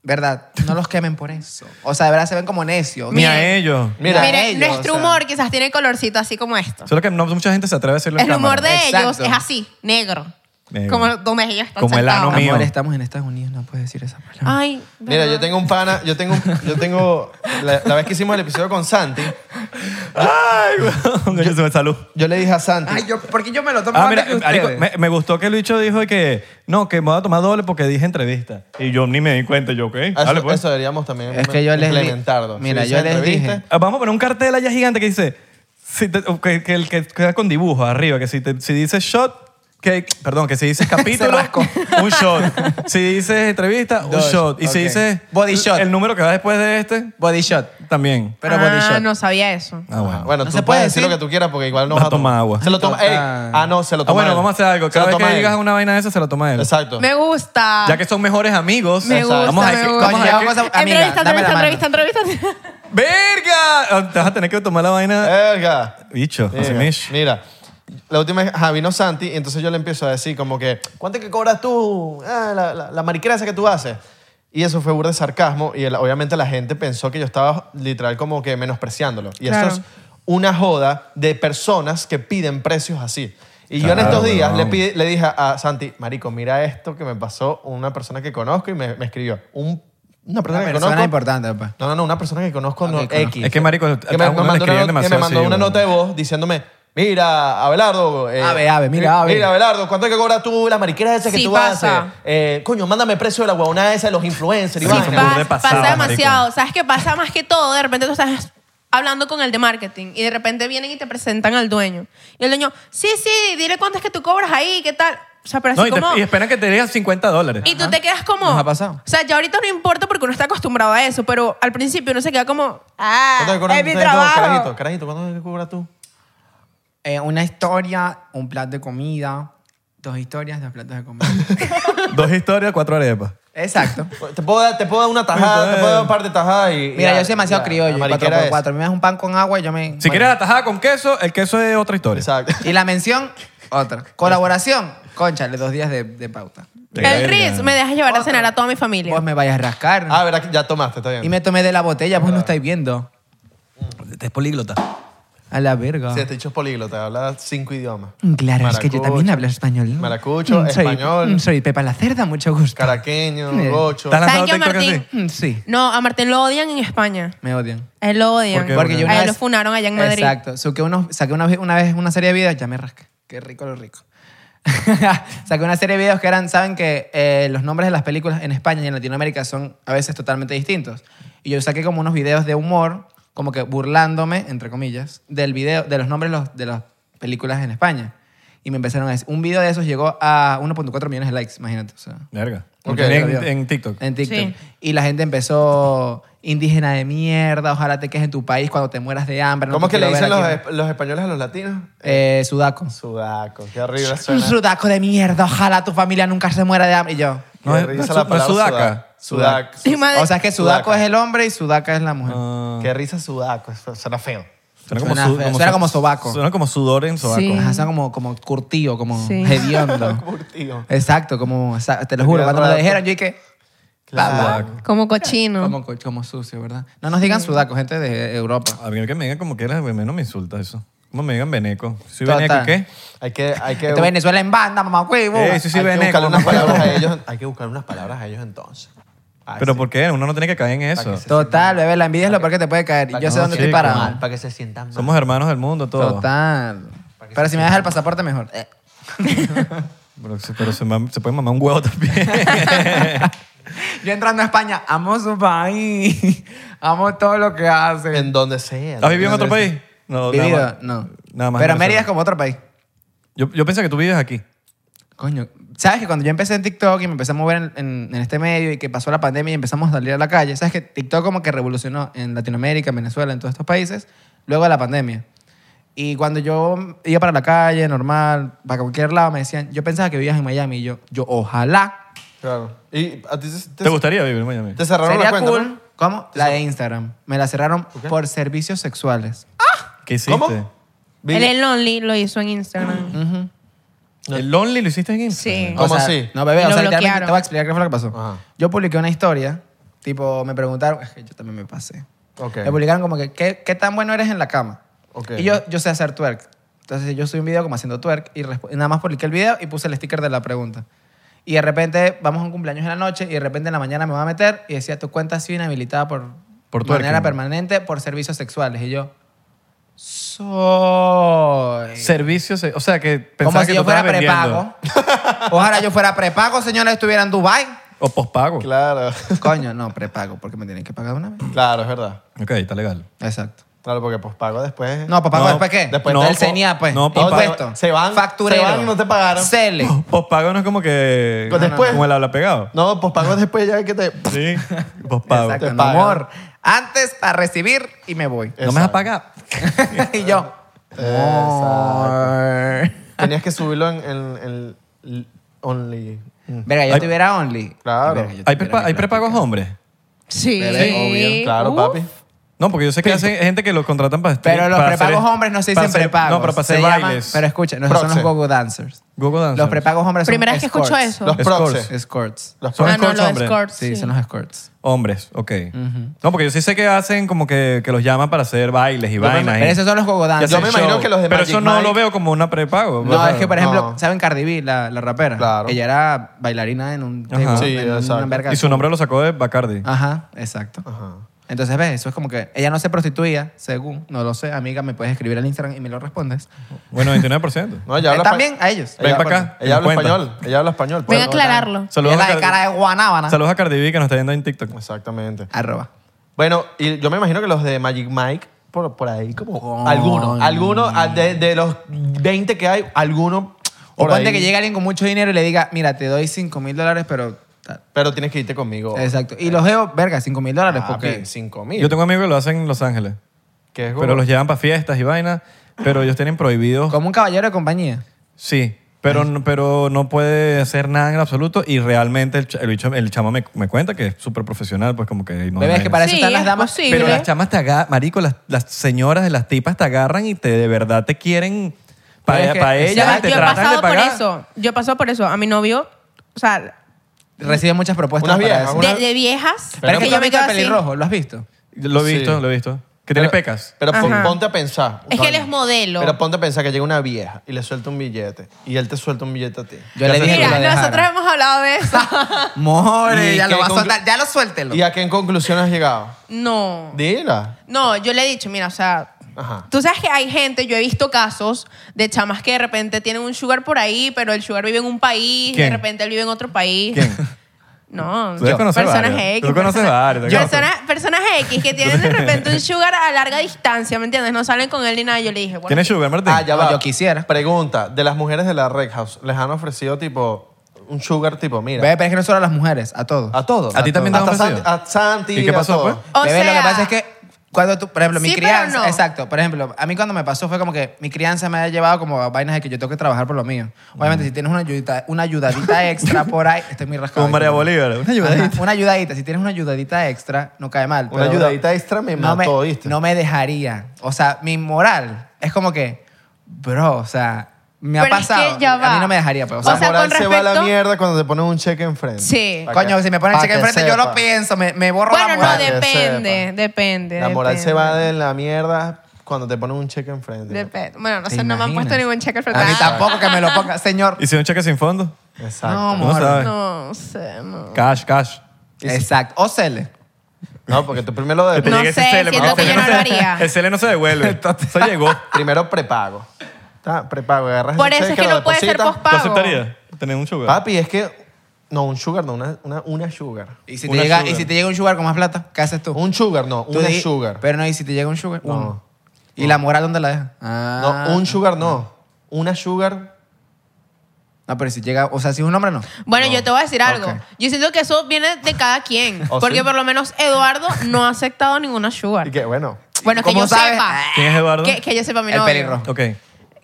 B: ¿verdad? No los quemen por eso. O sea, de verdad se ven como necios.
E: Ni a
A: Miren.
E: ellos.
B: Mira,
A: Mire,
B: ellos,
A: nuestro
B: o sea.
A: humor quizás tiene colorcito así como esto.
E: Solo que no mucha gente se atreve a decirlo en
A: El humor
E: cámara.
A: de ellos
B: Exacto.
A: es así, negro.
E: Negro.
A: Como donde ellos están
E: Como el ano
A: sentados.
E: mío.
B: Amor, estamos en Estados Unidos, no puedes decir esa palabra.
A: Ay,
D: Mira, yo tengo un pana, yo tengo, un- yo tengo, la, la vez que hicimos el episodio con Santi,
E: Ay, güey. Yo se me salud.
D: yo le dije a Santi,
B: Ay, yo, porque yo me lo tomo
E: Ah,
B: antes
E: mira,
B: que
E: marico,
B: ustedes?
E: me, me gustó que el bicho dijo que no, que me voy a tomar doble porque dije entrevista. Y yo ni me di cuenta.
B: Ah,
E: Yo, ok,
D: eso,
E: dale pues.
D: eso deberíamos también
B: Es que yo les di-
D: implementarlo.
B: mira,
D: Si
B: yo
D: dice
B: les
D: entrevista,
B: dije.
E: Ah, Vamos a poner un cartel allá gigante que dice si te- o que, que el que queda con dibujos arriba, que si, te, si dice shot, que, perdón, que si dices capítulo,
B: rascó.
E: un shot. Si dices entrevista,
B: Dos,
E: un shot. Y si
B: ok.
E: dices
B: Body shot.
E: el número que va después de este,
B: Body shot.
E: también.
B: Pero
A: ah,
B: body shot.
A: no sabía eso.
E: Ah, bueno.
D: Bueno,
B: No
D: tú
B: se puede
D: puedes decir lo
B: decir.
D: que tú quieras porque igual no
E: Va a
D: vas
E: tomar agua.
D: Se lo toma, ey,
B: Total.
D: ah, no, se lo
E: Ah,
D: toma
E: bueno,
D: él.
E: vamos a hacer algo.
D: Se lo
E: Cada vez
D: toma
E: que
D: él.
E: digas una vaina de esa, se lo toma él.
D: Exacto.
A: Me gusta.
E: Ya que son mejores amigos.
A: Me gusta,
E: vamos a
A: me
E: decir-
A: gusta.
E: vamos a decir-
B: Coño, vamos a- Amiga,
A: entrevista,
B: dame la mano.
A: entrevista, entrevista, entrevista.
E: ¡Verga! Ah, Te vas a tener que tomar la vaina.
D: Verga.
E: Bicho, así
D: Eh, Mira,
E: mish.
D: mira, la última vez ajá, vino Santi y entonces yo le empiezo a decir como que, ¿cuánto es que cobras tú? Ah, la, la, la mariquera esa que tú haces. Y eso fue burda de sarcasmo y el- obviamente la gente pensó que yo estaba literal como que menospreciándolo. Y
A: Claro.
D: eso es una joda de personas que piden precios así. Y yo en
E: Claro,
D: estos días le,
E: weón.
D: pide- le dije a Santi, marico, mira esto que me pasó una persona que conozco y me, me escribió. Un- una persona,
B: Una
D: que
B: persona
D: conozco.
B: importante, pues.
D: No, no, no, una persona que conozco, no,
B: Ok, conozco.
D: X.
E: Es que, marico, a
D: que me, me
E: uno le
D: mandó, una,
E: escriben
D: no- que me
E: demasiado
D: mandó
E: así,
D: una
E: weón.
D: nota de voz diciéndome, mira, Abelardo. eh,
B: Ave, ave, mira,
D: mi-
B: ave".
D: Mira, Abelardo, ¿cuánto es que cobras tú las mariqueras esas que
A: Sí
D: tú
A: pasa.
D: haces? Eh, coño, mándame precio de la guaunada esa de los influencers. y
E: Sí,
D: vaina".
E: son burda
A: pasa,
E: de pasadas,
A: pasa
E: marico.
A: demasiado. ¿Sabes qué pasa más que todo? De repente tú estás hablando con el de marketing y de repente vienen y te presentan al dueño. Y el dueño, sí, sí, dile cuánto es que tú cobras ahí, qué tal. O sea, pero así
E: No, y, te-
A: como...
E: y esperan que te digan 50 dólares.
A: Y tú te quedas como.
B: Nos ha pasado.
A: O sea, ya ahorita no importa porque uno está acostumbrado a eso, pero al principio uno se queda como. Ah,
D: ¿Cuánto es que cobras
A: es mi
D: tú? Carajito,
A: trabajo.
D: carajito, ¿cuánto es que cobras tú?
B: Eh, una historia, un plato de comida, dos historias, dos platos de comida.
E: Dos historias, cuatro arepas.
B: Exacto.
D: Te puedo, dar, te puedo dar una tajada, te puedo dar un par de tajadas y...
B: Mira,
D: ya,
B: yo soy demasiado
D: ya,
B: criollo.
D: la
B: y
D: mariquera
B: Cuatro por
D: esa.
B: cuatro. Me das un pan con agua y yo me...
E: Si
B: bueno.
E: quieres la tajada con queso, el queso es otra historia.
D: Exacto.
B: Y la mención, otra. Colaboración, conchale, dos días de, de pauta.
A: El Riz me dejas llevar a cenar a toda mi familia.
B: Vos me vayas a rascar.
D: Ah, verá, que ya tomaste, está bien.
B: y me tomé de la botella, vos no estáis viendo.
E: Es políglota.
B: A la verga.
D: Sí, este dicho es políglota, habla cinco idiomas.
B: Mm, Claro, es que yo también
D: Maracucho,
B: hablo español.
D: Maracucho,
B: Mm, soy-
D: español,
B: mm, Soy Pepa la Cerda, mucho gusto.
D: caraqueño,
B: Sí.
D: gocho.
E: ¿Estás
A: ¿Saben
E: lanzando
A: qué,
E: TikTok
A: Martín?
E: así?
B: Mm, Sí,
A: No, a Martín lo odian en España.
B: me odian.
A: A él lo odian.
E: ¿Por qué?
A: Porque
E: Porque
A: yo
E: yo
A: a él lo funaron allá en Madrid.
B: Exacto. Saqué, unos, saqué una, vez, una vez una serie de videos, ya me rasqué. Qué rico lo rico. saqué una serie de videos que eran, saben que eh, los nombres de las películas en España y en Latinoamérica son a veces totalmente distintos. Y yo saqué como unos videos de humor, como que burlándome, entre comillas, del video, de los nombres los- de las películas en España. Y me empezaron a decir, un video de esos llegó a 1.4 millones de likes, imagínate. O sea,
E: Verga.
D: Ok,
E: en, en TikTok.
B: en TikTok.
A: Sí.
B: Y la gente empezó, indígena de mierda, ojalá te quedes en tu país cuando te mueras de hambre. no
D: ¿Cómo es
B: te
D: que le
B: quiero
D: dicen
B: ver
D: los,
B: aquí".
D: esp- los españoles a los latinos?
B: Eh, sudaco.
D: Sudaco, qué horrible
B: Un
D: suena.
B: sudaco de mierda, ojalá tu familia nunca se muera de hambre. Y yo.
E: No,
D: Qué
E: es-
D: risa
E: no
D: la
E: es su- no es
D: palabra
E: sudaca.
D: Sudaco.
A: Sí, madre.
B: O sea, es que sudaco es el hombre y sudaca es la mujer.
E: Ah,
D: Qué risa sudaco, eso suena feo.
E: suena, como
B: Suena
E: su-
B: feo. Suena
E: su-
B: como sobaco.
E: Suena como sudor en sobaco.
A: Sí.
B: Ajá, son como, como curtido, como
A: Sí.
B: hediondo.
D: Curtido.
B: Exacto, como. sa- Te lo juro,
D: Tenía
B: cuando me lo
D: rato.
B: dijeron, yo dije.
D: Claro.
A: Como cochino.
B: Como, co- como sucio, ¿verdad? No nos digan sudaco, gente de Europa.
E: A mí que me digan como quieras, güey, menos me insulta eso. Como me digan veneco. ¿Soy
B: Total.
E: veneco y qué?
D: Hay que, hay que,
B: Este Venezuela en banda, mamá, huevo.
E: Eh, sí, sí,
D: hay que
E: veneco.
D: buscarle
E: no
D: unas
E: puedo.
D: palabras a ellos. Hay que buscar unas palabras a ellos entonces. Ay,
E: Pero
D: sí.
E: ¿por qué? Uno no tiene que caer en eso.
B: Total, bebé, la envidia es lo peor que te puede caer. Yo sé dónde estoy
E: chico.
B: parado.
D: Para que se sientan mal.
E: Somos hermanos del mundo, todos.
B: Total. Pero si me dejas el pasaporte, mejor. Eh.
E: Pero, se- pero se, mam- se puede mamar un huevo también.
B: Yo entrando a España, amo su país, amo todo lo que hacen.
D: En donde sea.
E: ¿Has vivido en otro país?
B: No,
E: No, nada
B: Vivido,
E: más.
B: no.
E: Nada más
B: Pero Mérida
E: en Venezuela.
B: es como otro país.
E: Yo, yo pensé que tú vives aquí.
B: Coño, ¿sabes que cuando yo empecé en TikTok y me empecé a mover en, en- en este medio y que pasó la pandemia y empezamos a salir a la calle, ¿sabes que TikTok como que revolucionó en Latinoamérica, en Venezuela, en todos estos países, luego de la pandemia? Y cuando yo iba para la calle, normal, para cualquier lado, me decían, yo pensaba que vivías en Miami y yo, yo ojalá.
D: Claro. ¿Y a ti se- te,
E: ¿Te gustaría vivir en Miami?
D: te cerraron
B: Sería
D: la cuenta?
B: cool.
D: ¿no?
B: ¿Cómo? La de Instagram. Me la cerraron por servicios sexuales.
D: Ah,
E: ¿Qué hiciste?
D: ¿Cómo? Vi-
A: Él el Lonely lo hizo en Instagram.
E: ¿El Lonely lo hiciste en Instagram?
A: Sí.
D: ¿Cómo
B: O sea,
D: así?
B: No, bebé,
A: Lo
B: o sea, literalmente
A: bloquearon.
B: te voy a explicar qué fue lo que pasó.
D: Ajá.
B: Yo publiqué una historia, tipo, me preguntaron, es que yo también me pasé.
D: Ok.
B: Me publicaron como que, ¿qué, qué tan bueno eres en la cama?
D: Ok.
B: Y yo, yo sé hacer twerk. Entonces yo subí un video como haciendo twerk y resp- y nada más publiqué el video y puse el sticker de la pregunta. Y de repente vamos a un cumpleaños en la noche y de repente en la mañana me va a meter y decía, tu cuenta ha sido inhabilitada por,
E: Por twerking.
B: manera permanente por servicios sexuales. Y yo, soy...
E: Servicios, eh, o sea, que pensaba
B: Como
E: que
B: si
E: tú
B: yo fuera
E: estabas
B: prepago.
E: vendiendo.
B: Ojalá yo fuera prepago, señores, estuviera en Dubai.
E: O pospago.
D: Claro.
B: Coño, no, prepago, porque me tienen que pagar una vez.
D: Claro, es verdad.
E: Ok, está legal.
B: Exacto.
D: Claro, porque pospago después...
B: No, papá,
E: No,
B: ¿después qué?
D: después
B: del
E: no,
B: CENIA, pues.
E: no, papá.
B: Impuesto.
D: Se van-
B: Facturero.
D: se van y no te pagaron.
B: Cele.
E: Po- Pospago no es como que...
D: Pues después.
E: Como el habla pegado.
D: No, pospago después ya que te...
E: Sí, pospago.
B: Exacto,
D: Te
B: mi
D: pagan.
B: amor. Antes a recibir y me voy.
E: No me vas a pagar.
B: y yo.
D: Exacto. Tenías que subirlo en, en, en el Only. Mm.
B: Verga, yo
E: Hay-
B: tuviera Only.
D: Claro.
B: Verga, yo
E: ¿Hay,
B: tuviera
E: prepa-
B: mi
E: hay
B: plática.
E: prepagos hombres?
A: Sí.
B: Bebé, obvio,
D: Claro,
A: Uf.
D: papi.
E: No, porque yo sé que hacen gente que los contratan para stream-
B: Pero los
E: para hacer-
B: prepagos hombres no se
E: para
B: dicen
E: hacer-
B: prepagos.
E: No, pero para hacer
B: se llaman-
E: bailes.
B: pero escucha, no, esos son los
D: Proxy.
B: gogo dancers.
E: Gogo dancers.
B: Los prepagos hombres son
A: Primera vez que
B: escorts.
A: escucho eso.
D: Los proxy.
B: Los Escorts.
D: Los
E: Son
A: ah, no,
E: escorts,
A: los
E: hombre.
A: escorts.
B: Sí,
A: sí.
B: son los escorts.
E: Hombres, ok. No, porque yo sí sé que hacen como que, que los llaman para hacer bailes y
D: me-
E: vainas. y-
B: Pero esos son los gogo
E: y
B: dancers.
E: hacer
D: Yo me imagino
E: show.
D: que los de
E: Pero
D: Magic
E: eso no
D: Mike-
E: lo veo como una prepago.
B: No, es que, por ejemplo,
D: No.
B: ¿saben Cardi B, la, la rapera?
D: Claro.
B: Ella era bailarina en un
E: Ajá.
B: table,
D: Sí,
B: en una
D: exacto.
B: verga.
E: Y su nombre lo sacó de Bacardi.
B: Ajá, exacto. Entonces, ves, eso es como que ella no se prostituía, según, no lo sé, amiga, me puedes escribir al Instagram y me lo respondes.
E: Bueno, 29%.
D: No, ella
B: Eh,
D: habla
B: también
D: pa-
B: a ellos.
E: Ven
D: ella
E: para
D: habla-
E: acá.
D: Ella habla
E: Cuenta.
D: español. Ella habla español.
A: Ven a
D: pues.
A: aclararlo.
E: Saludos
B: es
E: a
B: la de
E: Cardi-
B: cara de guanábana.
E: Saludos a Cardi B que nos está viendo en TikTok.
D: Exactamente.
B: Arroba.
D: Bueno, y yo me imagino que los de Magic Mike, por, por ahí como
B: Coño.
D: algunos, algunos ah, de, de los 20 que hay, algunos
B: O
D: por
B: ponte
D: ahí.
B: que llegue alguien con mucho dinero y le diga, mira, te doy 5 mil dólares, pero... tal".
D: Pero tienes que irte conmigo.
B: Exacto. Y los veo, verga, 5 mil dólares,
D: Papi,
B: porque...
D: 5
E: Yo
D: mil.
E: tengo amigos que lo hacen en Los Ángeles.
D: Que es
E: Pero los llevan para fiestas y vainas. Pero ellos tienen prohibidos.
B: Como un caballero de compañía.
E: Sí. Pero, no- pero no puede hacer nada en absoluto. Y realmente el, ch- el, bicho- el chamo me, me cuenta que es súper profesional. Pues como que... no hay
B: Bebé, es que
E: vaina.
B: para eso
A: Sí,
B: están las
A: es
B: damas...
A: posible.
E: Pero las chamas te agarran, marico, las, las señoras de las tipas te agarran y te de verdad te quieren
B: Pero
E: para
B: es que-
E: pa
B: Ella
A: Yo-
E: ellas y te
A: yo he
E: tratan de
A: pasado por
E: pagar.
A: eso. Yo he pasado por eso. A mi novio, o sea,
B: Recibe muchas propuestas
D: Unas
B: para
D: viejas,
B: eso.
D: unas-
A: de,
D: Una-
A: de viejas,
B: Pero es que
A: que
B: tú
A: yo
B: has
A: me
B: visto
A: quedo
B: el
A: así.
B: pelirrojo, ¿lo has visto?
E: Lo he
D: Sí.
E: visto, lo he visto. Que tiene pecas.
D: Pero pon-
A: Ajá.
D: ponte a pensar.
A: Es que él es modelo.
D: Pero ponte a pensar que llega una vieja y le suelta un billete y él te suelta un billete a ti.
B: Yo le dije que lo
A: Mira,
B: dejara.
A: nosotros hemos hablado de eso.
B: More,
D: ¿Y
B: ya
D: qué
B: lo vas a
D: conclu-
B: soltar, ya lo suéltelo.
D: ¿Y a qué conclusión has llegado?
A: no.
D: Dila.
A: No, yo le he dicho, mira, o sea,
D: Ajá.
A: tú sabes que hay gente, yo he visto casos de chamas que de repente tienen un sugar por ahí, pero el sugar vive en un país,
E: ¿Quién?
A: de repente él vive en otro país.
E: ¿Quién?
A: No,
E: Tú debes conocer
A: personas
E: varios.
A: X.
E: Tú conoces
A: personas-
E: varios, te conozco.
A: personas- personas X que tienen de repente un sugar a larga distancia, ¿me entiendes? No salen con él ni nada. Yo le dije, bueno,
E: ¿Tiene sugar, Martín?
D: Ah, ya
B: No,
D: va.
B: yo quisiera.
D: Pregunta, de las mujeres de la Red House, ¿les han ofrecido tipo un sugar tipo, mira,
B: Bebé, pero es que no solo a las mujeres, a todos.
D: a todos?
E: ¿A ti también te han
D: Hasta Santi-
E: ofrecido?
D: A Santi,
E: ¿Y qué
D: a
E: pasó,
D: todos.
E: pues?
A: O
B: Bebé, lo
A: sea-
B: que pasa es que cuando tú, por ejemplo, mi
A: Sí, pero
B: crianza,
A: no.
B: exacto, por ejemplo, a mí cuando me pasó fue como que mi crianza me ha llevado como a vainas de que yo tengo que trabajar por lo mío. Obviamente, si tienes una ayudita, una ayudadita extra por ahí, estoy muy rascado.
E: Como María Bolívar. Una ayudadita.
B: Ajá, una ayudadita. Si tienes una ayudadita extra, no cae mal.
D: Una
B: pero,
D: ayudadita extra me
B: no
D: mató, ¿viste?
B: No me dejaría. O sea, mi moral es como que, bro, o sea, me ha
A: Pero es que
B: pasado.
A: ya
B: A
A: va.
B: mí no me dejaría, pues. O
A: O
B: sea,
D: La
A: sea,
D: moral
A: con
D: se va a la
A: respecto-
D: mierda cuando te ponen un cheque enfrente.
A: Sí.
D: Pa'
B: coño,
D: que-
B: si me ponen
D: pa'
B: cheque
D: que
B: enfrente, yo lo
D: sepa.
B: pienso, me, me borro la
A: bueno, no,
B: moral.
D: de-
A: depende,
D: sepa.
A: depende.
D: La moral se
A: depende.
D: va de la mierda cuando te ponen un cheque enfrente.
A: Depende. Bueno, no
B: ¿Te
A: sé, no me han
B: imaginas?
A: puesto ningún cheque al frente.
B: A mí
A: Ah,
B: tampoco que me lo ponga, señor.
E: ¿Y si un cheque sin fondo?
D: Exacto.
B: No,
E: ¿Cómo sabes?
A: No sé, no.
E: Cash, cash.
B: Exacto. O Cele.
D: No, porque tú primero
E: Que te
A: No
D: de,
E: llegue ese
A: sé,
E: cele,
A: siento
E: porque
A: que
E: el
A: yo no
E: cele
A: lo
E: se-
A: haría.
E: El cele no se devuelve. Eso llegó.
D: primero prepago. Está, prepago, agarras
A: Por
D: ese
A: eso es
D: cheque,
A: que
D: lo
A: no puede ser
D: depositas.
E: ¿Tú
A: pospago.
E: aceptarías tener un sugar?
D: Papi, es que no un sugar, no una una, una sugar.
B: ¿Y si, te
D: Una
B: llega, ¿Y
D: sugar.
B: si te llega un sugar con más plata? ¿Qué haces tú?
D: un sugar, no,
B: Tú
D: una
B: di-
D: sugar.
B: Pero no, ¿y si te llega un sugar?
D: No.
B: Uno. ¿Y la moral dónde la dejas? Ah.
D: no, un sugar no, una sugar.
B: No, pero si llega... O sea, si es un hombre, no.
A: Bueno, yo te voy a decir algo.
B: Ok.
A: Yo siento que eso viene de cada quien.
D: ¿Oh,
A: porque
D: sí?
A: por lo menos Eduardo no ha aceptado ninguna sugar.
D: Y que bueno,
A: Bueno, que
B: ¿Cómo
A: yo
B: sabes?
A: sepa.
E: ¿Quién es Eduardo?
A: Que, que yo sepa mi
B: El
A: novio.
B: pelirrojo.
E: Ok.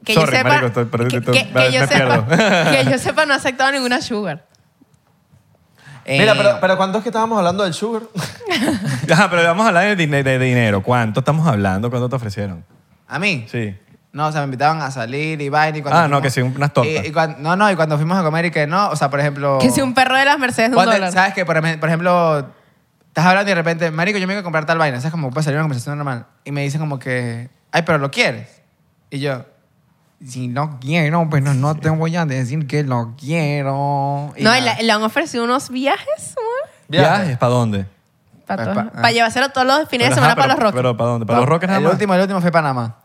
A: Que
E: Sorry,
A: yo sepa.
E: marico, estoy perdido,
A: que,
E: estoy-
A: que-
E: me-
A: que yo
E: me
A: sepa
E: pierdo.
A: que yo sepa no ha aceptado ninguna sugar.
B: Eh,
D: mira, pero, pero ¿cuánto es que estábamos hablando del sugar?
E: Ajá, pero vamos a hablar de, dine- de dinero. ¿Cuánto estamos hablando? ¿Cuánto te ofrecieron?
B: ¿A mí?
E: Sí.
B: No, o sea, me invitaban a salir y vaina y cuando
E: Ah, no, que sí, unas tortas.
B: Y- y cuan- no, no, y cuando fuimos a comer y que no, o sea, por ejemplo...
A: Que si un perro de las Mercedes de un
B: Ponte-
A: dólar.
B: Oh. ¿Sabes qué? Por, ejem- por ejemplo, estás hablando y de repente, marico, yo me voy a comprar tal vaina. ¿Sabes? Como puede salir una conversación normal. Y me dicen como que, ay, pero lo quieres. Y yo, si no quiero, pues no, no te voy a decir que lo quiero. Y
A: No, y
B: nada.
A: le, le han ofrecido unos viajes,
E: ¿Viajes? ¿Para dónde?
A: Para,
B: Pa- pa- ah.
A: llevárselo todos los fines de
E: Pero,
A: semana
E: ajá,
A: para
E: pero-
A: los roques.
E: ¿Pero para dónde? ¿Para los roques nada
B: el
E: más?
B: último, el último fue Panamá.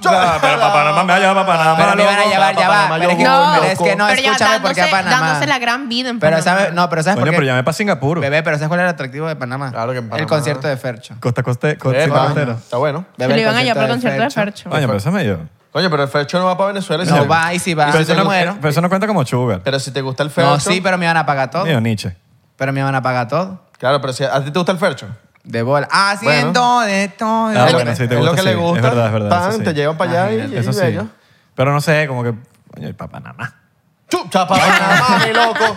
E: No, pero para Panamá me va a llevar para Panamá.
B: Pero me
E: loco.
B: van a llevar, ya va.
D: Panamá,
B: Pero es que,
D: yo
A: voy,
B: pero es que no,
A: pero ya
B: escúchame, porque a
A: dándose-
B: Panamá.
A: dándose la gran vida en
B: pero
A: Panamá.
B: ¿sabes? No, pero ¿sabes
E: Coño,
B: por qué?
E: pero llamé para Singapur.
B: Bebé, pero ¿sabes cuál era el atractivo de Panamá?
D: Claro que en
B: El
D: Panamá.
B: concierto de Fercho.
E: Costa coste, costa
D: Epa,
E: costera.
D: Eh, está bueno.
B: Bebé,
A: Se lo iban a llevar para el concierto de
E: Coño,
A: Fercho.
E: pero eso me dio.
D: Coño, pero el fecho no va para Venezuela. y si
B: No
D: te-
B: va, y si va,
D: Pero,
B: me
D: si te,
E: no,
D: gusta-
B: muero.
E: pero eso no cuenta como sugar.
D: pero si te gusta el fecho.
B: No, sí, pero me van a pagar todo.
E: Mío, Nietzsche.
B: Pero me van a pagar todo.
D: Claro, pero si a ti te gusta el fecho.
B: De bola. Ah, Haciendo de todo.
E: Ah,
D: Es lo
E: bueno,
D: que-
E: sí, te
D: es lo
E: gusta,
D: que le
E: sí.
D: gusta.
E: Es verdad, es verdad,
D: Pan,
E: eso sí.
D: Te llevan para allá y,
B: Imagínate,
D: y
E: Eso sí.
D: bello.
E: Pero no sé, como que. Coño, y para Panamá.
D: chucha para Panamá, mi loco.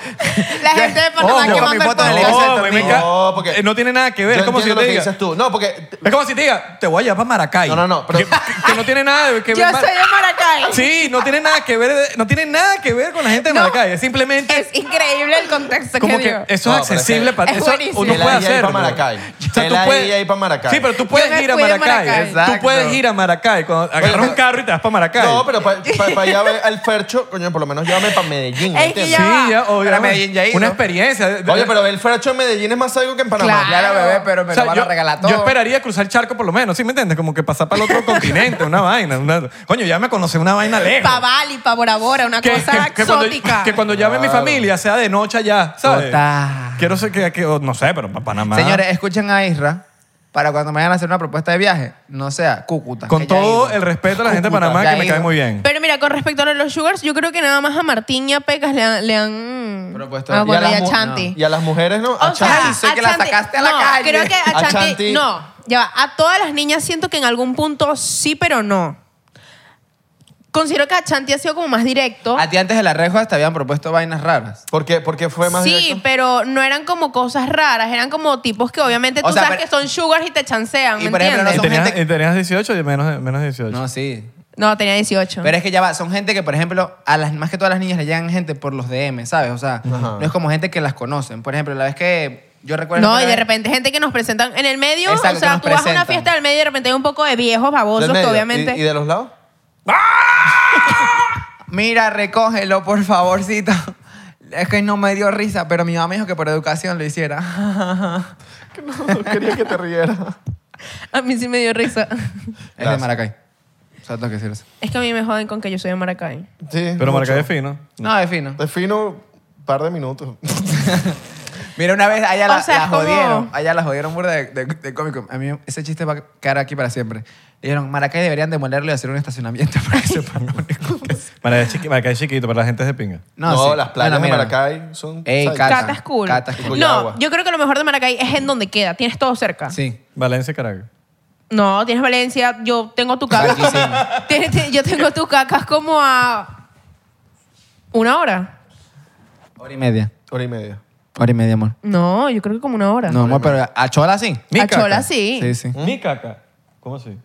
A: La gente de Panamá
E: Ojo,
A: que
B: mi
A: manda el
B: foto en el
A: podcast.
B: Excel.
E: No, a mí me encanta-
D: No, porque-
E: Eh, no tiene nada que ver.
D: Yo
E: Es como si yo
D: entiendo
E: te
D: lo que
E: diga.
D: dices tú. No, porque...
E: Es como si te diga, te voy a llevar para Maracay.
D: No, no, no, pero-
E: que, que no tiene nada que ver.
A: Yo soy de Maracay.
E: Sí, no tiene nada que ver, no tiene nada que ver con la gente de
A: No.
E: Maracay. Es simplemente
A: Es increíble el contexto
E: como
A: que
E: que eh,
A: dio.
E: eso
D: No,
E: es
D: pero es
E: accesible
D: que-
E: para
A: es
E: eso
A: buenísimo.
E: uno
D: Él
E: puede
D: ahí, ahí
E: hacerlo.
D: pa' Maracay.
E: O sea,
D: Él
E: tú
D: ahí,
E: puedes-
D: ahí pa' Maracay.
E: Sí, pero tú
A: Yo
E: puedes
A: me
E: ir a
A: fui de
E: Maracay.
A: Maracay.
B: Exacto.
E: Tú puedes ir a Maracay. Cuando agarras un carro y te vas para Maracay.
D: No, pero para allá ve al Fercho, coño, por lo menos llévame para Medellín.
A: Es que
D: ¿entiendes?
A: ya va.
E: Sí, ya, obvio.
B: Pero Medellín ya hizo.
E: Una experiencia.
D: Oye, pero el Fercho en Medellín es más algo que en Panamá.
A: Claro.
B: Claro, bebé, pero me
E: O sea,
B: lo van
E: yo,
B: a regalar
E: yo
B: todo.
E: esperaría cruzar el charco por lo menos, ¿sí me entiendes? Como que pasar para el otro continente, una vaina. una- Coño, ya me conocí una vaina lejos.
A: Pa' Bali, pa' Bora Bora, una cosa
E: cuando,
A: exótica.
E: que cuando llame mi
D: Claro.
E: familia sea de noche allá, ¿sabes?
B: Total.
E: Quiero ser que, que- o no sé, pero para Panamá.
B: Señores, escuchen a Isra para cuando me vayan a hacer una propuesta de viaje, no sea Cúcuta.
E: con
B: que ya
E: todo
B: he ido.
E: el respeto a la gente de
B: Cúcuta,
E: Panamá
B: ya
E: que
B: he
E: me
B: ido.
E: cae muy bien.
A: Pero mira, con respecto a lo de los sugars, yo creo que nada más a Martín y a Pecas le han... Le han
B: Propuesto.
A: Ah,
D: Y a
A: bueno, y
D: las
A: a
D: mu-
A: Chanti.
D: Y a las mujeres, ¿no? A
A: O sea,
D: Chanti.
B: sé que la
A: Ah, Chanti-
B: sacaste a la
A: no,
B: calle.
A: creo que a
D: A
A: Chanti,
D: Chanti.
A: No, ya va. A todas las niñas siento que en algún punto sí, pero no. Considero que a Chanti ha sido como más directo.
B: A ti antes de la reja te habían propuesto vainas raras.
D: ¿Por qué, por qué fue más
A: Sí,
D: directo?
A: pero no eran como cosas raras, eran como tipos que obviamente
B: O
A: tú
B: sea,
A: sabes
B: pero-
A: que son sugars y te chancean,
B: Y
A: ¿me
B: por ejemplo,
A: entiendes?
E: Y
B: son
E: Eh, tenías,
B: gente-
E: y tenías 18 y menos, de- menos de 18.
B: No, sí.
A: No, tenía 18.
B: Pero es que ya va, son gente que, por ejemplo, a las, más que todas las niñas le llegan gente por los DM, ¿sabes? O sea, no es como gente que las conocen. Por ejemplo, la vez que yo recuerdo...
A: no,
B: que
A: y
B: una
A: de
B: vez-
A: repente gente que nos presentan en el medio,
B: Exacto,
A: o
B: que
A: sea,
B: nos
A: tú vas a una
B: presentan.
A: fiesta del medio y de repente hay un poco de viejos
D: Del
A: babosos que
D: medio.
A: obviamente...
D: ¿Y, y de los lados?
B: Mira, recógelo, por favorcito. Es que no me dio risa, pero mi mamá me dijo que por educación lo hiciera.
D: Quería que te rieras.
A: A mí sí me dio risa.
B: es de Maracay. O sea, tengo que decirlo.
A: es que a mí me joden con que yo soy de Maracay.
D: Sí.
E: pero
D: mucho.
E: Maracay es fino.
B: No, es fino.
D: Defino un par de minutos.
B: Mira, una vez allá
A: O
B: la,
A: sea,
B: la
A: es como-
B: jodieron. Allá la jodieron burda de, de- de cómico. A mí ese chiste va a quedar aquí para siempre. Le dijeron, Maracay deberían demolerlo y hacer un estacionamiento para que sepan lo único que es.
E: Maracay es chiqui- Maracay es chiquito, pero la gente es de pinga.
D: No,
B: sí.
D: las playas
B: Bueno,
D: de
B: mira.
D: Maracay son...
B: Ey,
D: ¿sabes?
B: Cata.
A: Cata es cool.
B: Cata es cool.
A: No,
D: Cuyagua.
A: yo creo que lo mejor de Maracay es en donde queda. Tienes todo cerca.
B: Sí.
E: Valencia, Caracas.
A: No, tienes Valencia, yo tengo tu cacas.
B: Bellísimo.
A: Tienes- te- yo tengo tu cacas como a una hora.
B: Hora y media.
D: Hora y media.
B: Hora y media, amor.
A: No, yo creo que como una hora.
B: No, amor, pero a Chola sí.
E: Mi
A: a
E: caca.
A: Chola sí.
B: Sí, sí.
E: Mi caca. ¿Cómo así?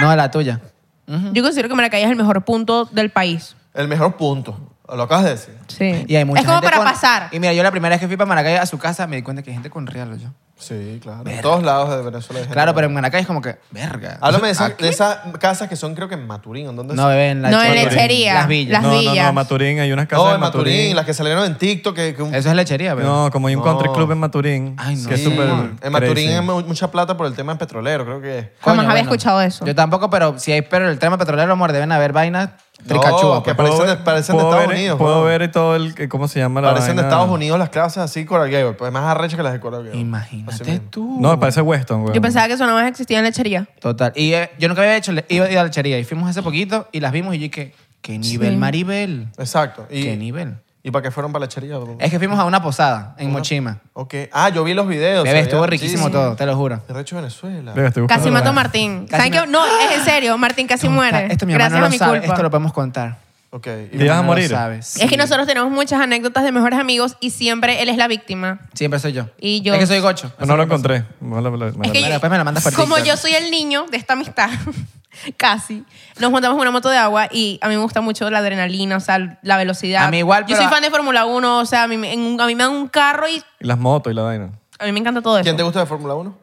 B: No, la tuya.
A: Yo considero que Maracay es el mejor punto del país.
D: El mejor punto. Lo acabas de decir.
A: Sí.
B: Y hay mucha
A: es como
B: gente
A: para
B: con-
A: pasar.
B: Y mira, yo la primera vez que fui para Maracay a su casa me di cuenta que hay gente con real. Yo.
D: Sí, claro. En todos lados de Venezuela hay gente
B: Claro,
D: buena.
B: pero en Maracay es como que, verga.
D: Háblame de esas,
B: Aquí-
D: de esas casas que son, creo que en Maturín. ¿en ¿Dónde
B: No,
D: son?
B: bebé, en la
A: No, en
B: Chola.
A: lechería.
B: Las villas.
A: Las
E: no, no,
A: villas.
E: no, Maturín. Hay unas casas
D: No,
E: de
D: Oh, en
E: Maturín.
D: Maturín. Las que salieron en TikTok. Que, que un-
B: Eso es lechería, bebé.
E: No, como hay un
D: No.
E: country club en Maturín.
B: Ay, no.
E: Que es
B: Sí.
E: súper
D: en Maturín
E: crazy.
D: es mu- mucha plata por el tema petrolero, creo que es.
A: Jamás había escuchado eso.
B: Yo tampoco, pero si hay pero el tema petrolero, amor, deben haber vainas tricachúas.
D: No, que
B: pues.
D: parecen, de,
E: ver-
D: parecen de
E: puedo
D: Estados
E: ver-
D: Unidos.
E: Puedo
D: weón.
E: ver todo el... que- ¿Cómo se llama la
D: Parecen de
E: vaina?
D: Estados Unidos las clases así, Coral Gables. Pues más arrechas que las de Coral Gables. Así
B: Imagínate
D: mismo.
B: tú.
E: No, parece Weston, güey.
A: Yo pensaba que eso nada más existía en lechería.
B: Total. Y eh, yo nunca había hecho, le- iba a ir a lechería. Y fuimos hace poquito y las vimos y yo dije, qué nivel, Maribel.
D: Exacto. Y,
B: Qué nivel.
D: ¿Y para qué fueron para la lechería?
B: Es que fuimos a una posada en Mochima.
D: Ok. Ah, yo vi los videos.
B: Bebé,
D: se
B: estuvo
D: veía
B: riquísimo
D: muchísimo.
B: todo, te lo juro.
D: Arrecho Venezuela.
E: Venga, estoy buscando
A: Casi
E: la-
A: mato a Martín.
B: Casi
A: ¿Saben qué? No, es en serio. Martín casi muere.
B: Esto mi
A: Gracias
B: hermano
A: a
B: no
A: mi
B: lo sabe,
A: culpa.
B: esto lo podemos contar.
D: Ok.
E: Te
D: Y,
E: ibas a
B: No lo
E: morir.
B: sabe,
A: Es que
B: sí.
A: nosotros tenemos muchas anécdotas de mejores amigos y siempre él es la víctima.
B: Siempre soy yo.
A: Y yo-
B: Es que soy gocho.
D: Pues
E: No lo encontré. Mala- mala- mala-
A: Es que
B: Bueno, después me la mandas por
A: Como
B: TikTok.
A: yo soy el niño de esta amistad, casi, nos montamos en una moto de agua y a mí me gusta mucho la adrenalina, o sea, la velocidad.
B: A mí igual,
A: Yo
B: pero-
A: soy fan de Fórmula 1, o sea, a mí, me- en un- a mí me dan un carro y
E: Y las motos y la vaina.
A: a mí me encanta todo eso.
D: ¿Quién te gusta de Fórmula 1?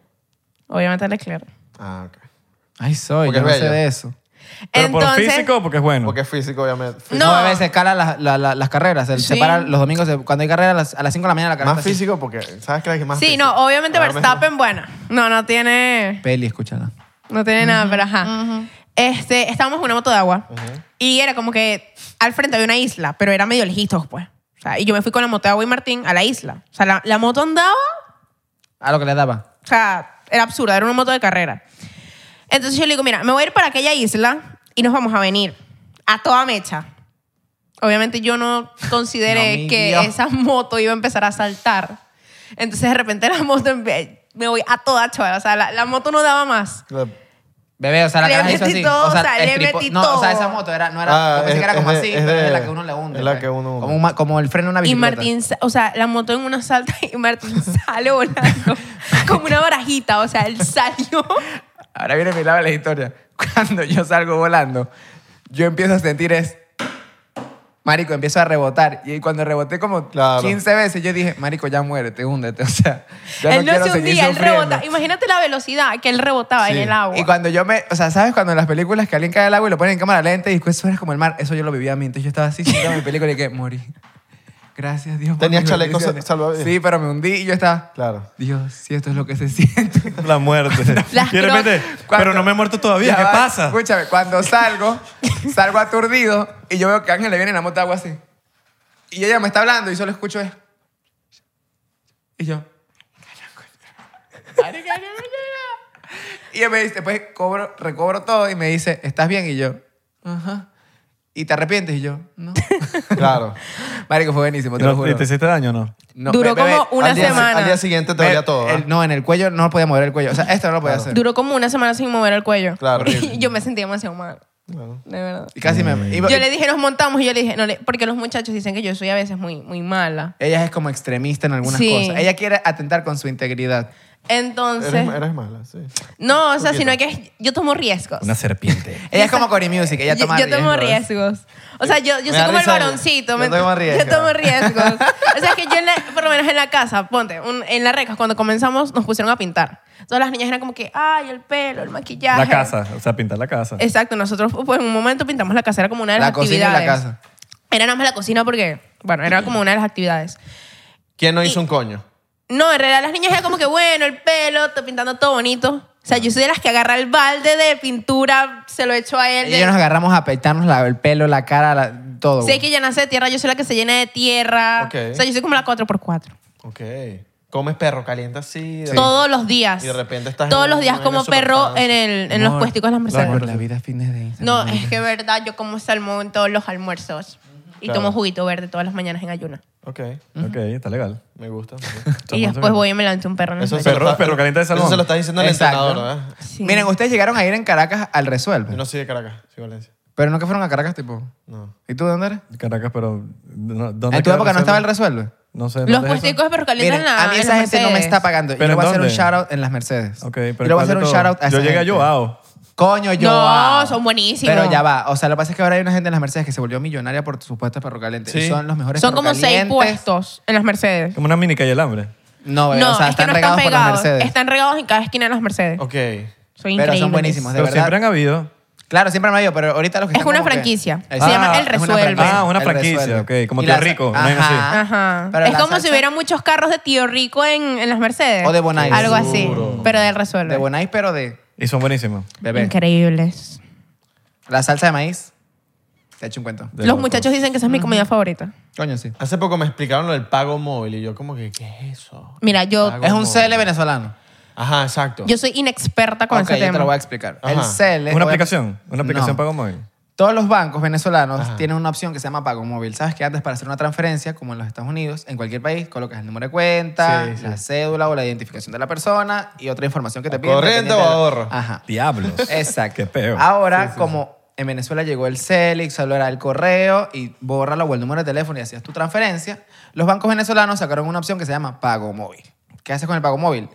A: Obviamente Leclerc.
D: Ah, ok.
B: Ay, soy,
D: Porque
B: yo no
D: es
B: sé
D: bello.
B: de eso.
E: Pero por
A: Entonces,
E: físico, porque es bueno.
D: Porque es físico, obviamente. Físico.
A: No.
B: No, a veces escala las, la- la- las carreras. Se
A: Sí.
B: separa los domingos. de- cuando hay carreras, a las- a las 5 de la mañana la carrera.
D: Más
B: está así.
D: físico porque, ¿sabes qué es la que más
A: sí,
D: físico?
A: no, obviamente
D: Ahora mismo.
A: Verstappen, buena. No, no tiene,
B: Peli, escúchala.
A: no tiene nada, pero ajá. Este, estábamos en una moto de agua y era como que al frente había una isla, pero era medio lejitos, pues. O sea, y yo me fui con la moto de agua y Martín a la isla. O sea, la- la moto andaba
B: A Ah, lo que le daba.
A: O sea, era absurda, era una moto de carrera. Entonces yo le digo, mira, me voy a ir para aquella isla y nos vamos a venir a toda mecha. Obviamente yo no consideré
B: No, mi
A: que
B: Dios.
A: esa moto iba a empezar a saltar. Entonces de repente la moto empe- me voy a toda chaval. O sea, la, la moto no daba más.
D: La-
B: Bebé, o sea, la
A: Le
B: caraja hizo
A: metí
B: así.
A: todo,
B: o
A: o sea,
B: sea,
A: le
B: estripo-
A: metí
B: no, o sea, esa
A: todo.
B: moto era, no era,
D: Ah,
B: yo pensé que
D: es-
B: era como
D: es de-
B: así,
D: es
B: pero
D: de-
B: es la que uno le hunde.
D: es la
B: pues.
D: que uno hunde.
B: Como, un ma- como el freno de una
A: Y
B: bicicleta.
A: Martín, sa- o sea, la moto en una salta y Martín sale volando como una barajita, o sea, él salió.
B: Ahora viene mi lado de la historia. Cuando yo salgo volando, yo empiezo a sentir es... Marico, empiezo a rebotar. Y cuando reboté como
D: Claro.
B: 15 veces, yo dije, Marico, ya muérete, húndete. O sea, ya
A: él
B: no
A: no
B: quiero
A: se
B: seguir
A: hundía, él
B: sufriendo.
A: rebota. Imagínate la velocidad que él rebotaba en el agua.
B: Y cuando yo me, o sea, ¿sabes cuando en las películas que alguien cae al agua y lo ponen en cámara lenta y después suena como el mar? Eso yo lo vivía a mí. Entonces yo estaba así, sentado mi película y que morí. Gracias Dios. por
D: Tenías
B: mis
D: chalecos
B: bendiciones.
D: salvavidas.
B: Sí, pero me hundí y yo estaba,
D: Claro.
B: Dios, si esto es lo que se siente.
E: La muerte.
A: Las
E: Y de repente,
A: cro-
B: Cuando-
E: pero no me he muerto todavía,
B: Ya
E: ¿qué
B: va,
E: pasa?
B: Escúchame, cuando salgo, salgo aturdido y yo veo que Ángel le viene en la moto de agua así. Y ella me está hablando y solo escucho es. Y yo. Y ella me dice, después cobro, recobro todo y me dice, ¿estás bien? Y yo, ajá. ¿Y te arrepientes? Y yo, no.
D: Claro.
B: Marico, fue buenísimo,
E: Y
B: te lo
E: no- este
B: juro.
E: ¿Te hiciste daño o no?
B: No,
A: Duró
B: be- bebé,
A: como una
B: al día-
A: semana.
D: Al día siguiente te dolía
B: be-
D: todo. ¿eh?
B: el- ¿ah? no, en el cuello no podía mover el cuello. O sea, esto no lo podía hacer.
A: Duró como una semana sin mover el cuello.
D: Claro, horrible.
A: Y yo me sentí demasiado mal. De verdad.
B: Y casi
E: Mm.
B: me... iba-
A: Yo le dije, nos montamos y yo le dije, no le- porque los muchachos dicen que yo soy a veces muy, muy mala.
B: Ella es como extremista en algunas
A: Sí.
B: cosas. Ella quiere atentar con su integridad.
A: Entonces,
D: Eres, eres mala, sí.
A: no, o sea, sino que yo tomo riesgos.
E: Una serpiente.
B: Ella es como Cory Music, ella
A: Yo,
B: toma
A: yo tomo
B: riesgos.
A: riesgos. O sea, yo, yo soy
D: Me da
A: como el
D: risa,
A: varoncito.
D: yo
A: ¿me-
D: tomo riesgos.
A: Yo tomo riesgos. O sea, que yo, en la- por lo menos en la casa, ponte, un- en la reca, cuando comenzamos, nos pusieron a pintar. Todas las niñas eran como que, ay, el pelo, el maquillaje.
E: La casa, o sea, pintar la casa.
A: Exacto, nosotros pues, en un momento pintamos la casa, era como una de las
B: La cocina y la
A: actividades.
B: casa.
A: Era nada más la cocina porque, bueno, era como una de las actividades.
D: ¿Quién no hizo un coño?
A: No, en realidad las niñas era como que, bueno, el pelo, to- pintando todo bonito. O sea, yo soy de las que agarra el balde de pintura, se lo echo a él.
B: Ella y yo nos agarramos a peitarnos la- el pelo, la cara, la- todo.
A: Sé que llenarse de tierra, yo soy la que se llena de tierra.
D: Ok.
A: O sea, yo soy como la 4x4.
D: Ok. Comes perro caliente así. de-
A: Todos los días.
D: Y de repente estás
A: Todos
D: en
A: los
D: un-
A: días
D: en
A: como
D: el super
A: perro
D: fancy.
A: en, el, en los
B: Amor,
A: puesticos de las Mercedes.
B: Amor, la vida es fines de Instagram.
A: No, es que verdad, yo como salmón en todos los almuerzos. Y
D: Claro.
A: tomo juguito verde todas las mañanas en ayuna.
D: Ok.
E: Ok, está legal.
D: Me gusta.
A: Y después voy y me lanzo un perro en el
D: Eso es
A: pecho.
E: Perro- perro caliente de salmón.
D: Eso se lo estás diciendo al
B: Exacto.
D: entrenador, ¿verdad?
A: Sí.
B: Miren, ustedes llegaron a ir en Caracas al Resuelve,
D: Yo no soy de Caracas, soy de Valencia.
B: pero nunca fueron a Caracas, tipo.
D: No.
B: ¿Y tú de dónde eres?
E: Caracas, pero... no- ¿dónde
B: En tu
E: queda
B: época no estaba el
E: Resuelve?
B: Resuelve.
E: No sé.
A: Los
E: ¿dónde es eso?
A: puesticos de perro caliente
B: Miren,
A: en la-
B: a mí
A: en
B: esa
A: las
B: gente no me
A: Mercedes.
B: está pagando. Yo
E: ¿Pero
B: le voy a
E: en
B: hacer un
E: dónde?
B: shout out en las Mercedes.
E: Ok,
B: Yo
E: pero
B: le voy a
E: ¿cuál
B: hacer
E: de
B: un
E: todos?
B: shout out a
E: Yo
B: esa
E: llegué
B: gente.
E: a Joao.
B: Coño, yo.
A: No, son buenísimos.
B: Pero ya va. O sea, lo que pasa es que ahora hay una gente en las Mercedes que se volvió millonaria por sus puestos perrocalientes.
D: Sí.
B: Y son los mejores
A: Son como seis
B: perrocalientes.
A: puestos en las Mercedes.
E: Como una mini calle del hambre.
B: No, bebé,
A: No,
B: o sea,
A: es
B: están
A: que no
B: regados
A: están
B: por las
A: pegados.
B: Mercedes.
A: Están regados en cada esquina de las Mercedes.
D: Ok.
A: Soy
B: Pero
A: increíble.
B: son buenísimos, de
E: Pero
B: verdad.
E: siempre han habido.
B: Claro, siempre me ha ido, pero ahorita los que
A: Es
B: están
A: una
B: como que-
A: franquicia. Se
B: Exacto.
E: llama
B: es
E: El
B: una
A: Resuelve.
B: franquicia.
E: Ah, una
B: El
E: franquicia,
B: Resuelve.
E: ok, como
B: Y
E: Tío
B: la-
E: Rico, una vaina así.
A: Ajá.
B: Ah, Pero
A: es
B: la
A: como
B: salsa
A: si hubiera muchos carros de tío rico en, en las Mercedes.
B: O de Bonais.
A: Algo así.
D: Seguro.
A: Pero del resuelve.
B: De Bonais, pero de
E: Y son buenísimos.
B: bebé.
A: Increíbles.
B: La salsa de maíz. Te he hecho un cuento.
E: De
A: Los
E: locos.
A: muchachos dicen que esa es mi comida favorita.
B: Coño, sí.
D: Hace poco me explicaron lo del pago móvil y yo como que, ¿qué es eso?
A: Mira, yo,
D: Hago-
B: Es un CL venezolano.
D: Ajá, exacto.
A: yo soy inexperta Ah, con
B: Ok,
A: ese
B: yo te
A: tema.
B: lo voy a explicar.
D: Ajá.
B: El CL...
E: ¿Una
B: obvia-
E: aplicación? ¿Una aplicación
B: No.
E: pago móvil?
B: Todos los bancos venezolanos tienen una opción que se llama pago móvil. Sabes que antes para hacer una transferencia, como en los Estados Unidos, en cualquier país colocas el número de cuenta,
D: Sí, sí.
B: la cédula o la identificación de la persona y otra información que te piden.
D: corriente
B: dependiendo
D: o
B: de la-
D: ahorro?
B: Ajá.
E: Diablos.
B: Exacto. Ah.
E: Qué peo.
B: Ahora, como en Venezuela llegó el Celix, solo era el correo y bórralo o el número de teléfono y hacías tu transferencia, los bancos venezolanos sacaron una opción que se llama pago móvil. ¿Qué haces con el pago móvil?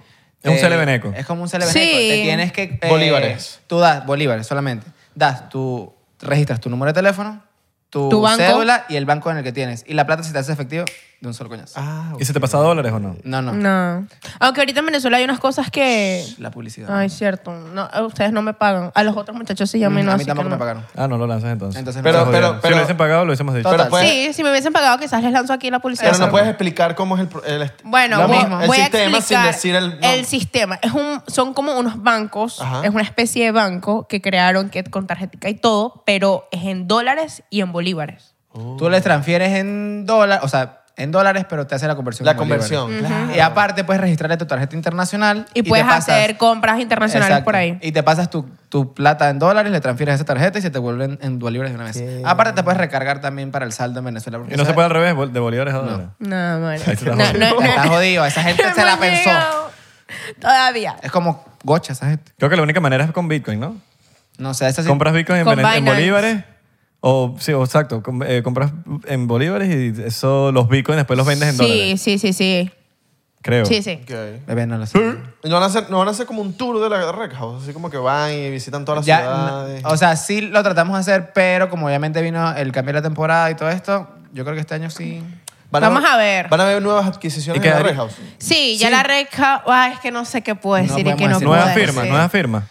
E: Es un
B: Te-
E: celebeneco.
B: Es como un celebeneco.
A: Sí.
B: Te tienes que... eh,
D: Bolívares.
B: Tú das bolívares solamente. Das tu... Registras tu número de teléfono, tu,
A: Tu banco.
B: cédula y el banco en el que tienes. Y la plata si te hace efectivo de un solo coñazo.
D: Ah,
E: ¿Y se te pasa dólares o no?
B: No, no,
A: No. Aunque ahorita en Venezuela hay unas cosas que.
B: La publicidad.
A: Ay, cierto. No, a ustedes no me pagan. A los otros muchachos sí, ya
B: Mm,
A: me no.
B: a
A: así
B: mí
A: que
B: tampoco
A: no.
B: me pagaron.
E: Ah, no lo lanzas entonces.
B: Entonces no.
D: Pero-
E: Te jodieron.
D: pero-
E: si lo hubiesen pagado, lo hubiésemos dicho.
B: Total.
D: Pero puedes-
A: Sí, si me hubiesen pagado, quizás les lanzo aquí la publicidad.
D: Pero no puedes explicar cómo es el... pro- el est-
A: Bueno,
D: lo
A: voy,
D: mismo.
A: voy
D: el
A: a
D: sistema
A: explicar
D: sin decir el...
A: el sistema. Es un, son como unos bancos,
D: Ajá.
A: es una especie de banco que crearon que con tarjetica y todo, pero es en dólares y en bolívares.
B: Tú les transfieres en dólares, o sea, en dólares, pero te hace la conversión.
D: La
B: en bolívares.
D: conversión, claro.
B: Y aparte puedes registrarle tu tarjeta internacional.
A: Y,
B: te
A: puedes
B: pasas-
A: hacer compras internacionales
B: Exacto.
A: por ahí.
B: Y te pasas tu, tu plata en dólares, le transfieres esa tarjeta y se te vuelven en bolívares de una vez. Aparte te puedes recargar también para el saldo en Venezuela. porque
E: Y no se
B: esa-
E: puede al revés, bol- de bolívares a dólares.
A: No, bueno.
E: Ahí está
A: No, no, no.
B: Está jodido, esa gente
A: No
B: se la
A: hemos
B: pensó.
A: llegado Todavía.
B: Es como gocha esa gente.
E: Creo que la única manera es con Bitcoin, ¿no?
B: No sé, esa sí.
E: ¿Compras Bitcoin en,
A: Con
E: Vene- en
A: Binance.
E: bolívares? O, sí, o exacto. com- eh, compras en bolívares y eso, los Bitcoins después los vendes en
A: Sí,
E: dólares.
A: sí, sí, sí.
E: Creo.
A: Sí, sí.
D: Ok.
B: Bebé, no lo sé.
D: ¿Y ¿No van, a hacer, ¿No van a hacer como un tour de la Rec House? Así como que van y visitan todas las
B: Ya,
D: ciudades.
B: no, o sea, sí lo tratamos de hacer, pero como obviamente vino el cambio de la temporada y todo esto, yo creo que este año sí.
D: Van
A: Vamos a ver.
D: Van a ver nuevas adquisiciones
E: ¿Y qué
D: en la
E: haría?
D: Rec House.
A: Sí, ya
B: Sí.
A: la red House- Ay, es que no sé qué puedo
B: No
A: decir y que
B: podemos
A: no
B: decir.
A: puedo
E: Nueva
B: Puede
E: firma,
A: decir.
E: nueva firma.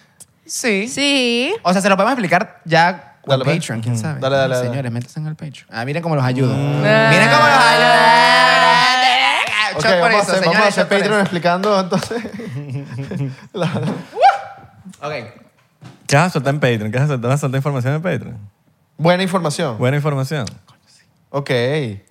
B: Sí.
A: Sí.
B: O sea, se lo podemos explicar ya con
D: Dale, pues.
B: Patreon, quién sabe.
D: Dale, dale, Mm. dale.
B: Señores, métanse en el Patreon. Ah, miren cómo los ayudo. Miren cómo los
A: Ah.
B: ayudo.
D: Ok,
B: Shot por
D: vamos, a
B: eso,
D: hacer, vamos
B: señores,
D: a hacer
B: shot por
D: Patreon
B: eso.
D: explicando entonces. la-
B: Ok.
E: ¿Qué vas a soltar en Patreon? ¿Qué vas a soltar? ¿Vas a soltar información en Patreon?
D: buena información.
E: Buena información.
D: Ok.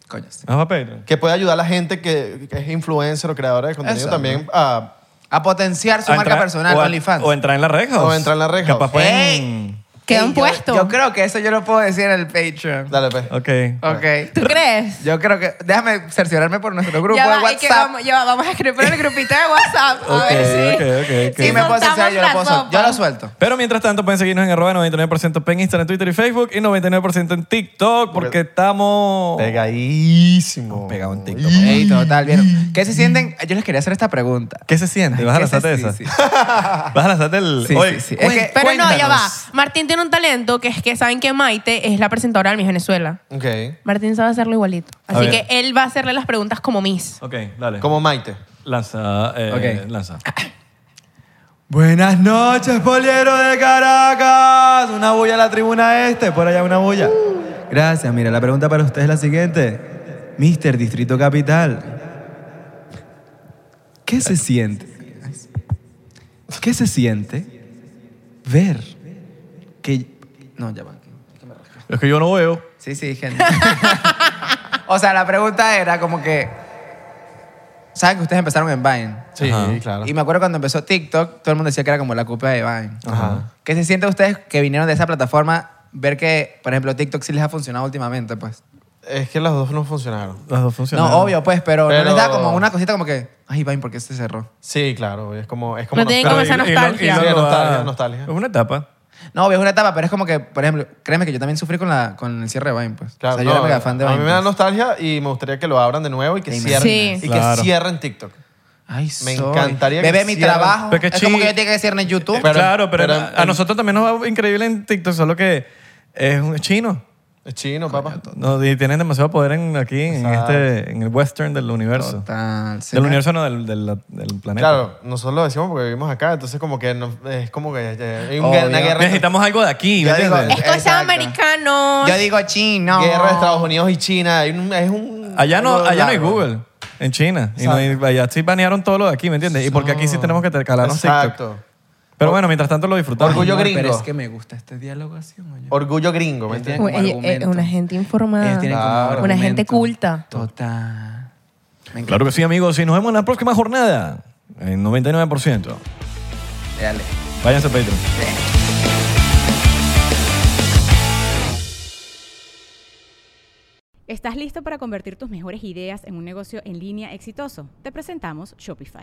B: Coño, sí.
E: Vamos a Patreon.
D: Que puede ayudar a la gente que, que es influencer o creadora de contenido
B: Exacto.
D: también a
B: A potenciar su
E: A
B: marca
E: entrar-
B: personal,
E: o a-
B: OnlyFans.
E: O entrar en la red house.
D: O entrar en la red house.
E: Capaz
B: ¡Ey!
E: pueden...
A: Queda
B: Ey,
A: un
B: yo-
A: puesto.
B: Yo, creo que eso yo lo puedo decir en el Patreon.
D: Dale, pues.
E: Ok.
B: Ok.
A: ¿Tú crees?
B: Yo creo que. Déjame cerciorarme por nuestro grupo
A: ya
B: de
A: va, y que
B: WhatsApp.
A: vamos, ya va, vamos a escribir por el grupito de WhatsApp. A
E: Ok,
A: ver si.
E: ok, ok, ok.
B: Sí, me puedo
A: soltamos
B: cerciorar, yo lo
A: la
B: puedo sol-
A: sopa.
B: Yo lo suelto.
E: Pero mientras tanto pueden seguirnos en arroba 99% en Instagram, Twitter y Facebook y 99% en TikTok porque estamos...
D: Pegadísimo.
E: Pegado en TikTok.
B: Ey, total, ¿vieron? ¿Qué se sienten? Yo les quería hacer esta pregunta.
E: ¿Qué se siente?
B: Ay,
E: ¿Vas a
B: ¿qué se-
E: lanzarte
B: sí,
E: esa?
B: sí.
E: ¿Vas a lanzarte el...?
B: Sí,
E: Oye,
B: sí, sí.
E: cuént-
B: Es que-
A: Pero no, ya va.
B: cuéntanos.
A: Martín tiene un talento que es que saben que Maite es la presentadora de Miss Venezuela.
D: Ok.
A: Martín sabe hacerlo igualito.
E: A
A: Así que
E: ver.
A: él va a hacerle las preguntas como Miss.
E: Ok, dale.
D: Como Maite.
E: Lanza, eh,
B: Ok.
E: lanza.
B: Buenas noches, poliero de Caracas. Una bulla a la tribuna este, por allá una bulla. Gracias, mira, la pregunta para usted es la siguiente. Mister Distrito Capital, ¿qué se siente? ¿Qué se siente ver que... No, ya va.
E: Es que yo no veo.
B: Sí, sí, gente. o sea, la pregunta era como que... ¿Saben que ustedes empezaron en Vine?
D: Sí,
E: Ajá.
D: claro.
B: Y me acuerdo cuando empezó TikTok, todo el mundo decía que era como la culpa de Vine.
D: Ajá.
B: ¿Qué se siente ustedes que vinieron de esa plataforma ver que, por ejemplo, TikTok sí les ha funcionado últimamente, pues?
D: Es que las dos no funcionaron.
E: Las dos funcionan.
B: No, obvio, pues, pero,
D: Pero-
B: no les da como una cosita como que, ay, Vine, ¿por qué se cerró?
D: Sí, claro. Es como. Es como
A: No tienen
D: nostalgia.
A: como esa
E: Y- y- y-
A: nostalgia.
E: y- y-
D: Sí,
E: lo-
D: nostalgia, nostalgia.
E: Es una etapa.
B: No, obvio, es una etapa, pero es como que, por ejemplo, créeme que yo también sufrí con, la, con el cierre de Vine, pues.
D: Claro,
B: o sea, yo
D: no,
B: era mega fan de
D: A
B: Vine.
D: mí me da
B: pues.
D: nostalgia y me gustaría que lo abran de nuevo y que
B: Sí,
D: cierren.
A: Sí.
D: Y
E: Claro.
D: que cierren TikTok.
B: Ay, soy.
D: Me encantaría que
B: Bebé, mi
D: cierren.
B: trabajo.
E: Pero que
B: es como
E: chi-
B: que yo tengo que cierre en YouTube.
D: Pero-
E: Eh, claro, pero,
D: pero-
E: a- a nosotros también nos va increíble en TikTok, solo que es un chino.
D: Es chino, papá.
E: No, y tienen demasiado poder en, aquí, en,
D: Exacto.
E: este, en el western del universo.
B: Total, sí.
E: Del universo, no, del, del- del planeta.
D: Claro, nosotros lo decimos porque vivimos acá, entonces como que no- es como que eh, hay una,
B: Obvio.
D: una guerra,
E: Necesitamos algo de aquí, ¿me
D: Ya digo,
E: entiendes?
A: Es cosa
B: Exacto.
A: americano.
B: Yo digo chino.
D: guerra de Estados Unidos y China, hay un- es un
E: Allá no,
D: eh, algo
E: allá no hay
D: largo.
E: Google. En China. Y no hay- allá sí banearon todo lo de aquí, ¿me entiendes? Y porque aquí sí tenemos que calarnos TikTok.
D: Exacto.
E: Pero bueno, mientras tanto lo disfrutamos.
D: Orgullo
B: Amor,
D: gringo.
B: Pero es que me gusta este diálogo así, ¿no?
D: Orgullo gringo, ¿me entiendes?
B: como
A: Oye, eh,
B: argumento.
A: una gente
B: Ellos
A: informada.
B: tienen como
D: Claro.
A: Una gente
B: argumento.
A: culta.
B: Total. Me encanta.
E: Claro que sí, amigos. Y nos vemos en la próxima jornada. En 99%.
B: Dale.
E: Váyanse a Patreon.
C: ¿Estás listo para convertir tus mejores ideas en un negocio en línea exitoso? Te presentamos Shopify.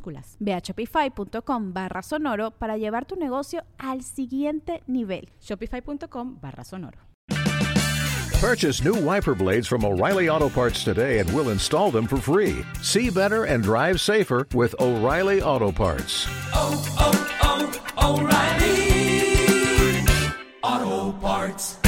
F: Ve a shopify.com barra sonoro para llevar tu negocio al siguiente nivel.
C: Shopify.com barra sonoro.
G: Purchase new wiper blades from O'Reilly Auto Parts today and we'll install them for free. See better and drive safer with O'Reilly Auto Parts.
H: oh, oh, O'Reilly Auto Parts.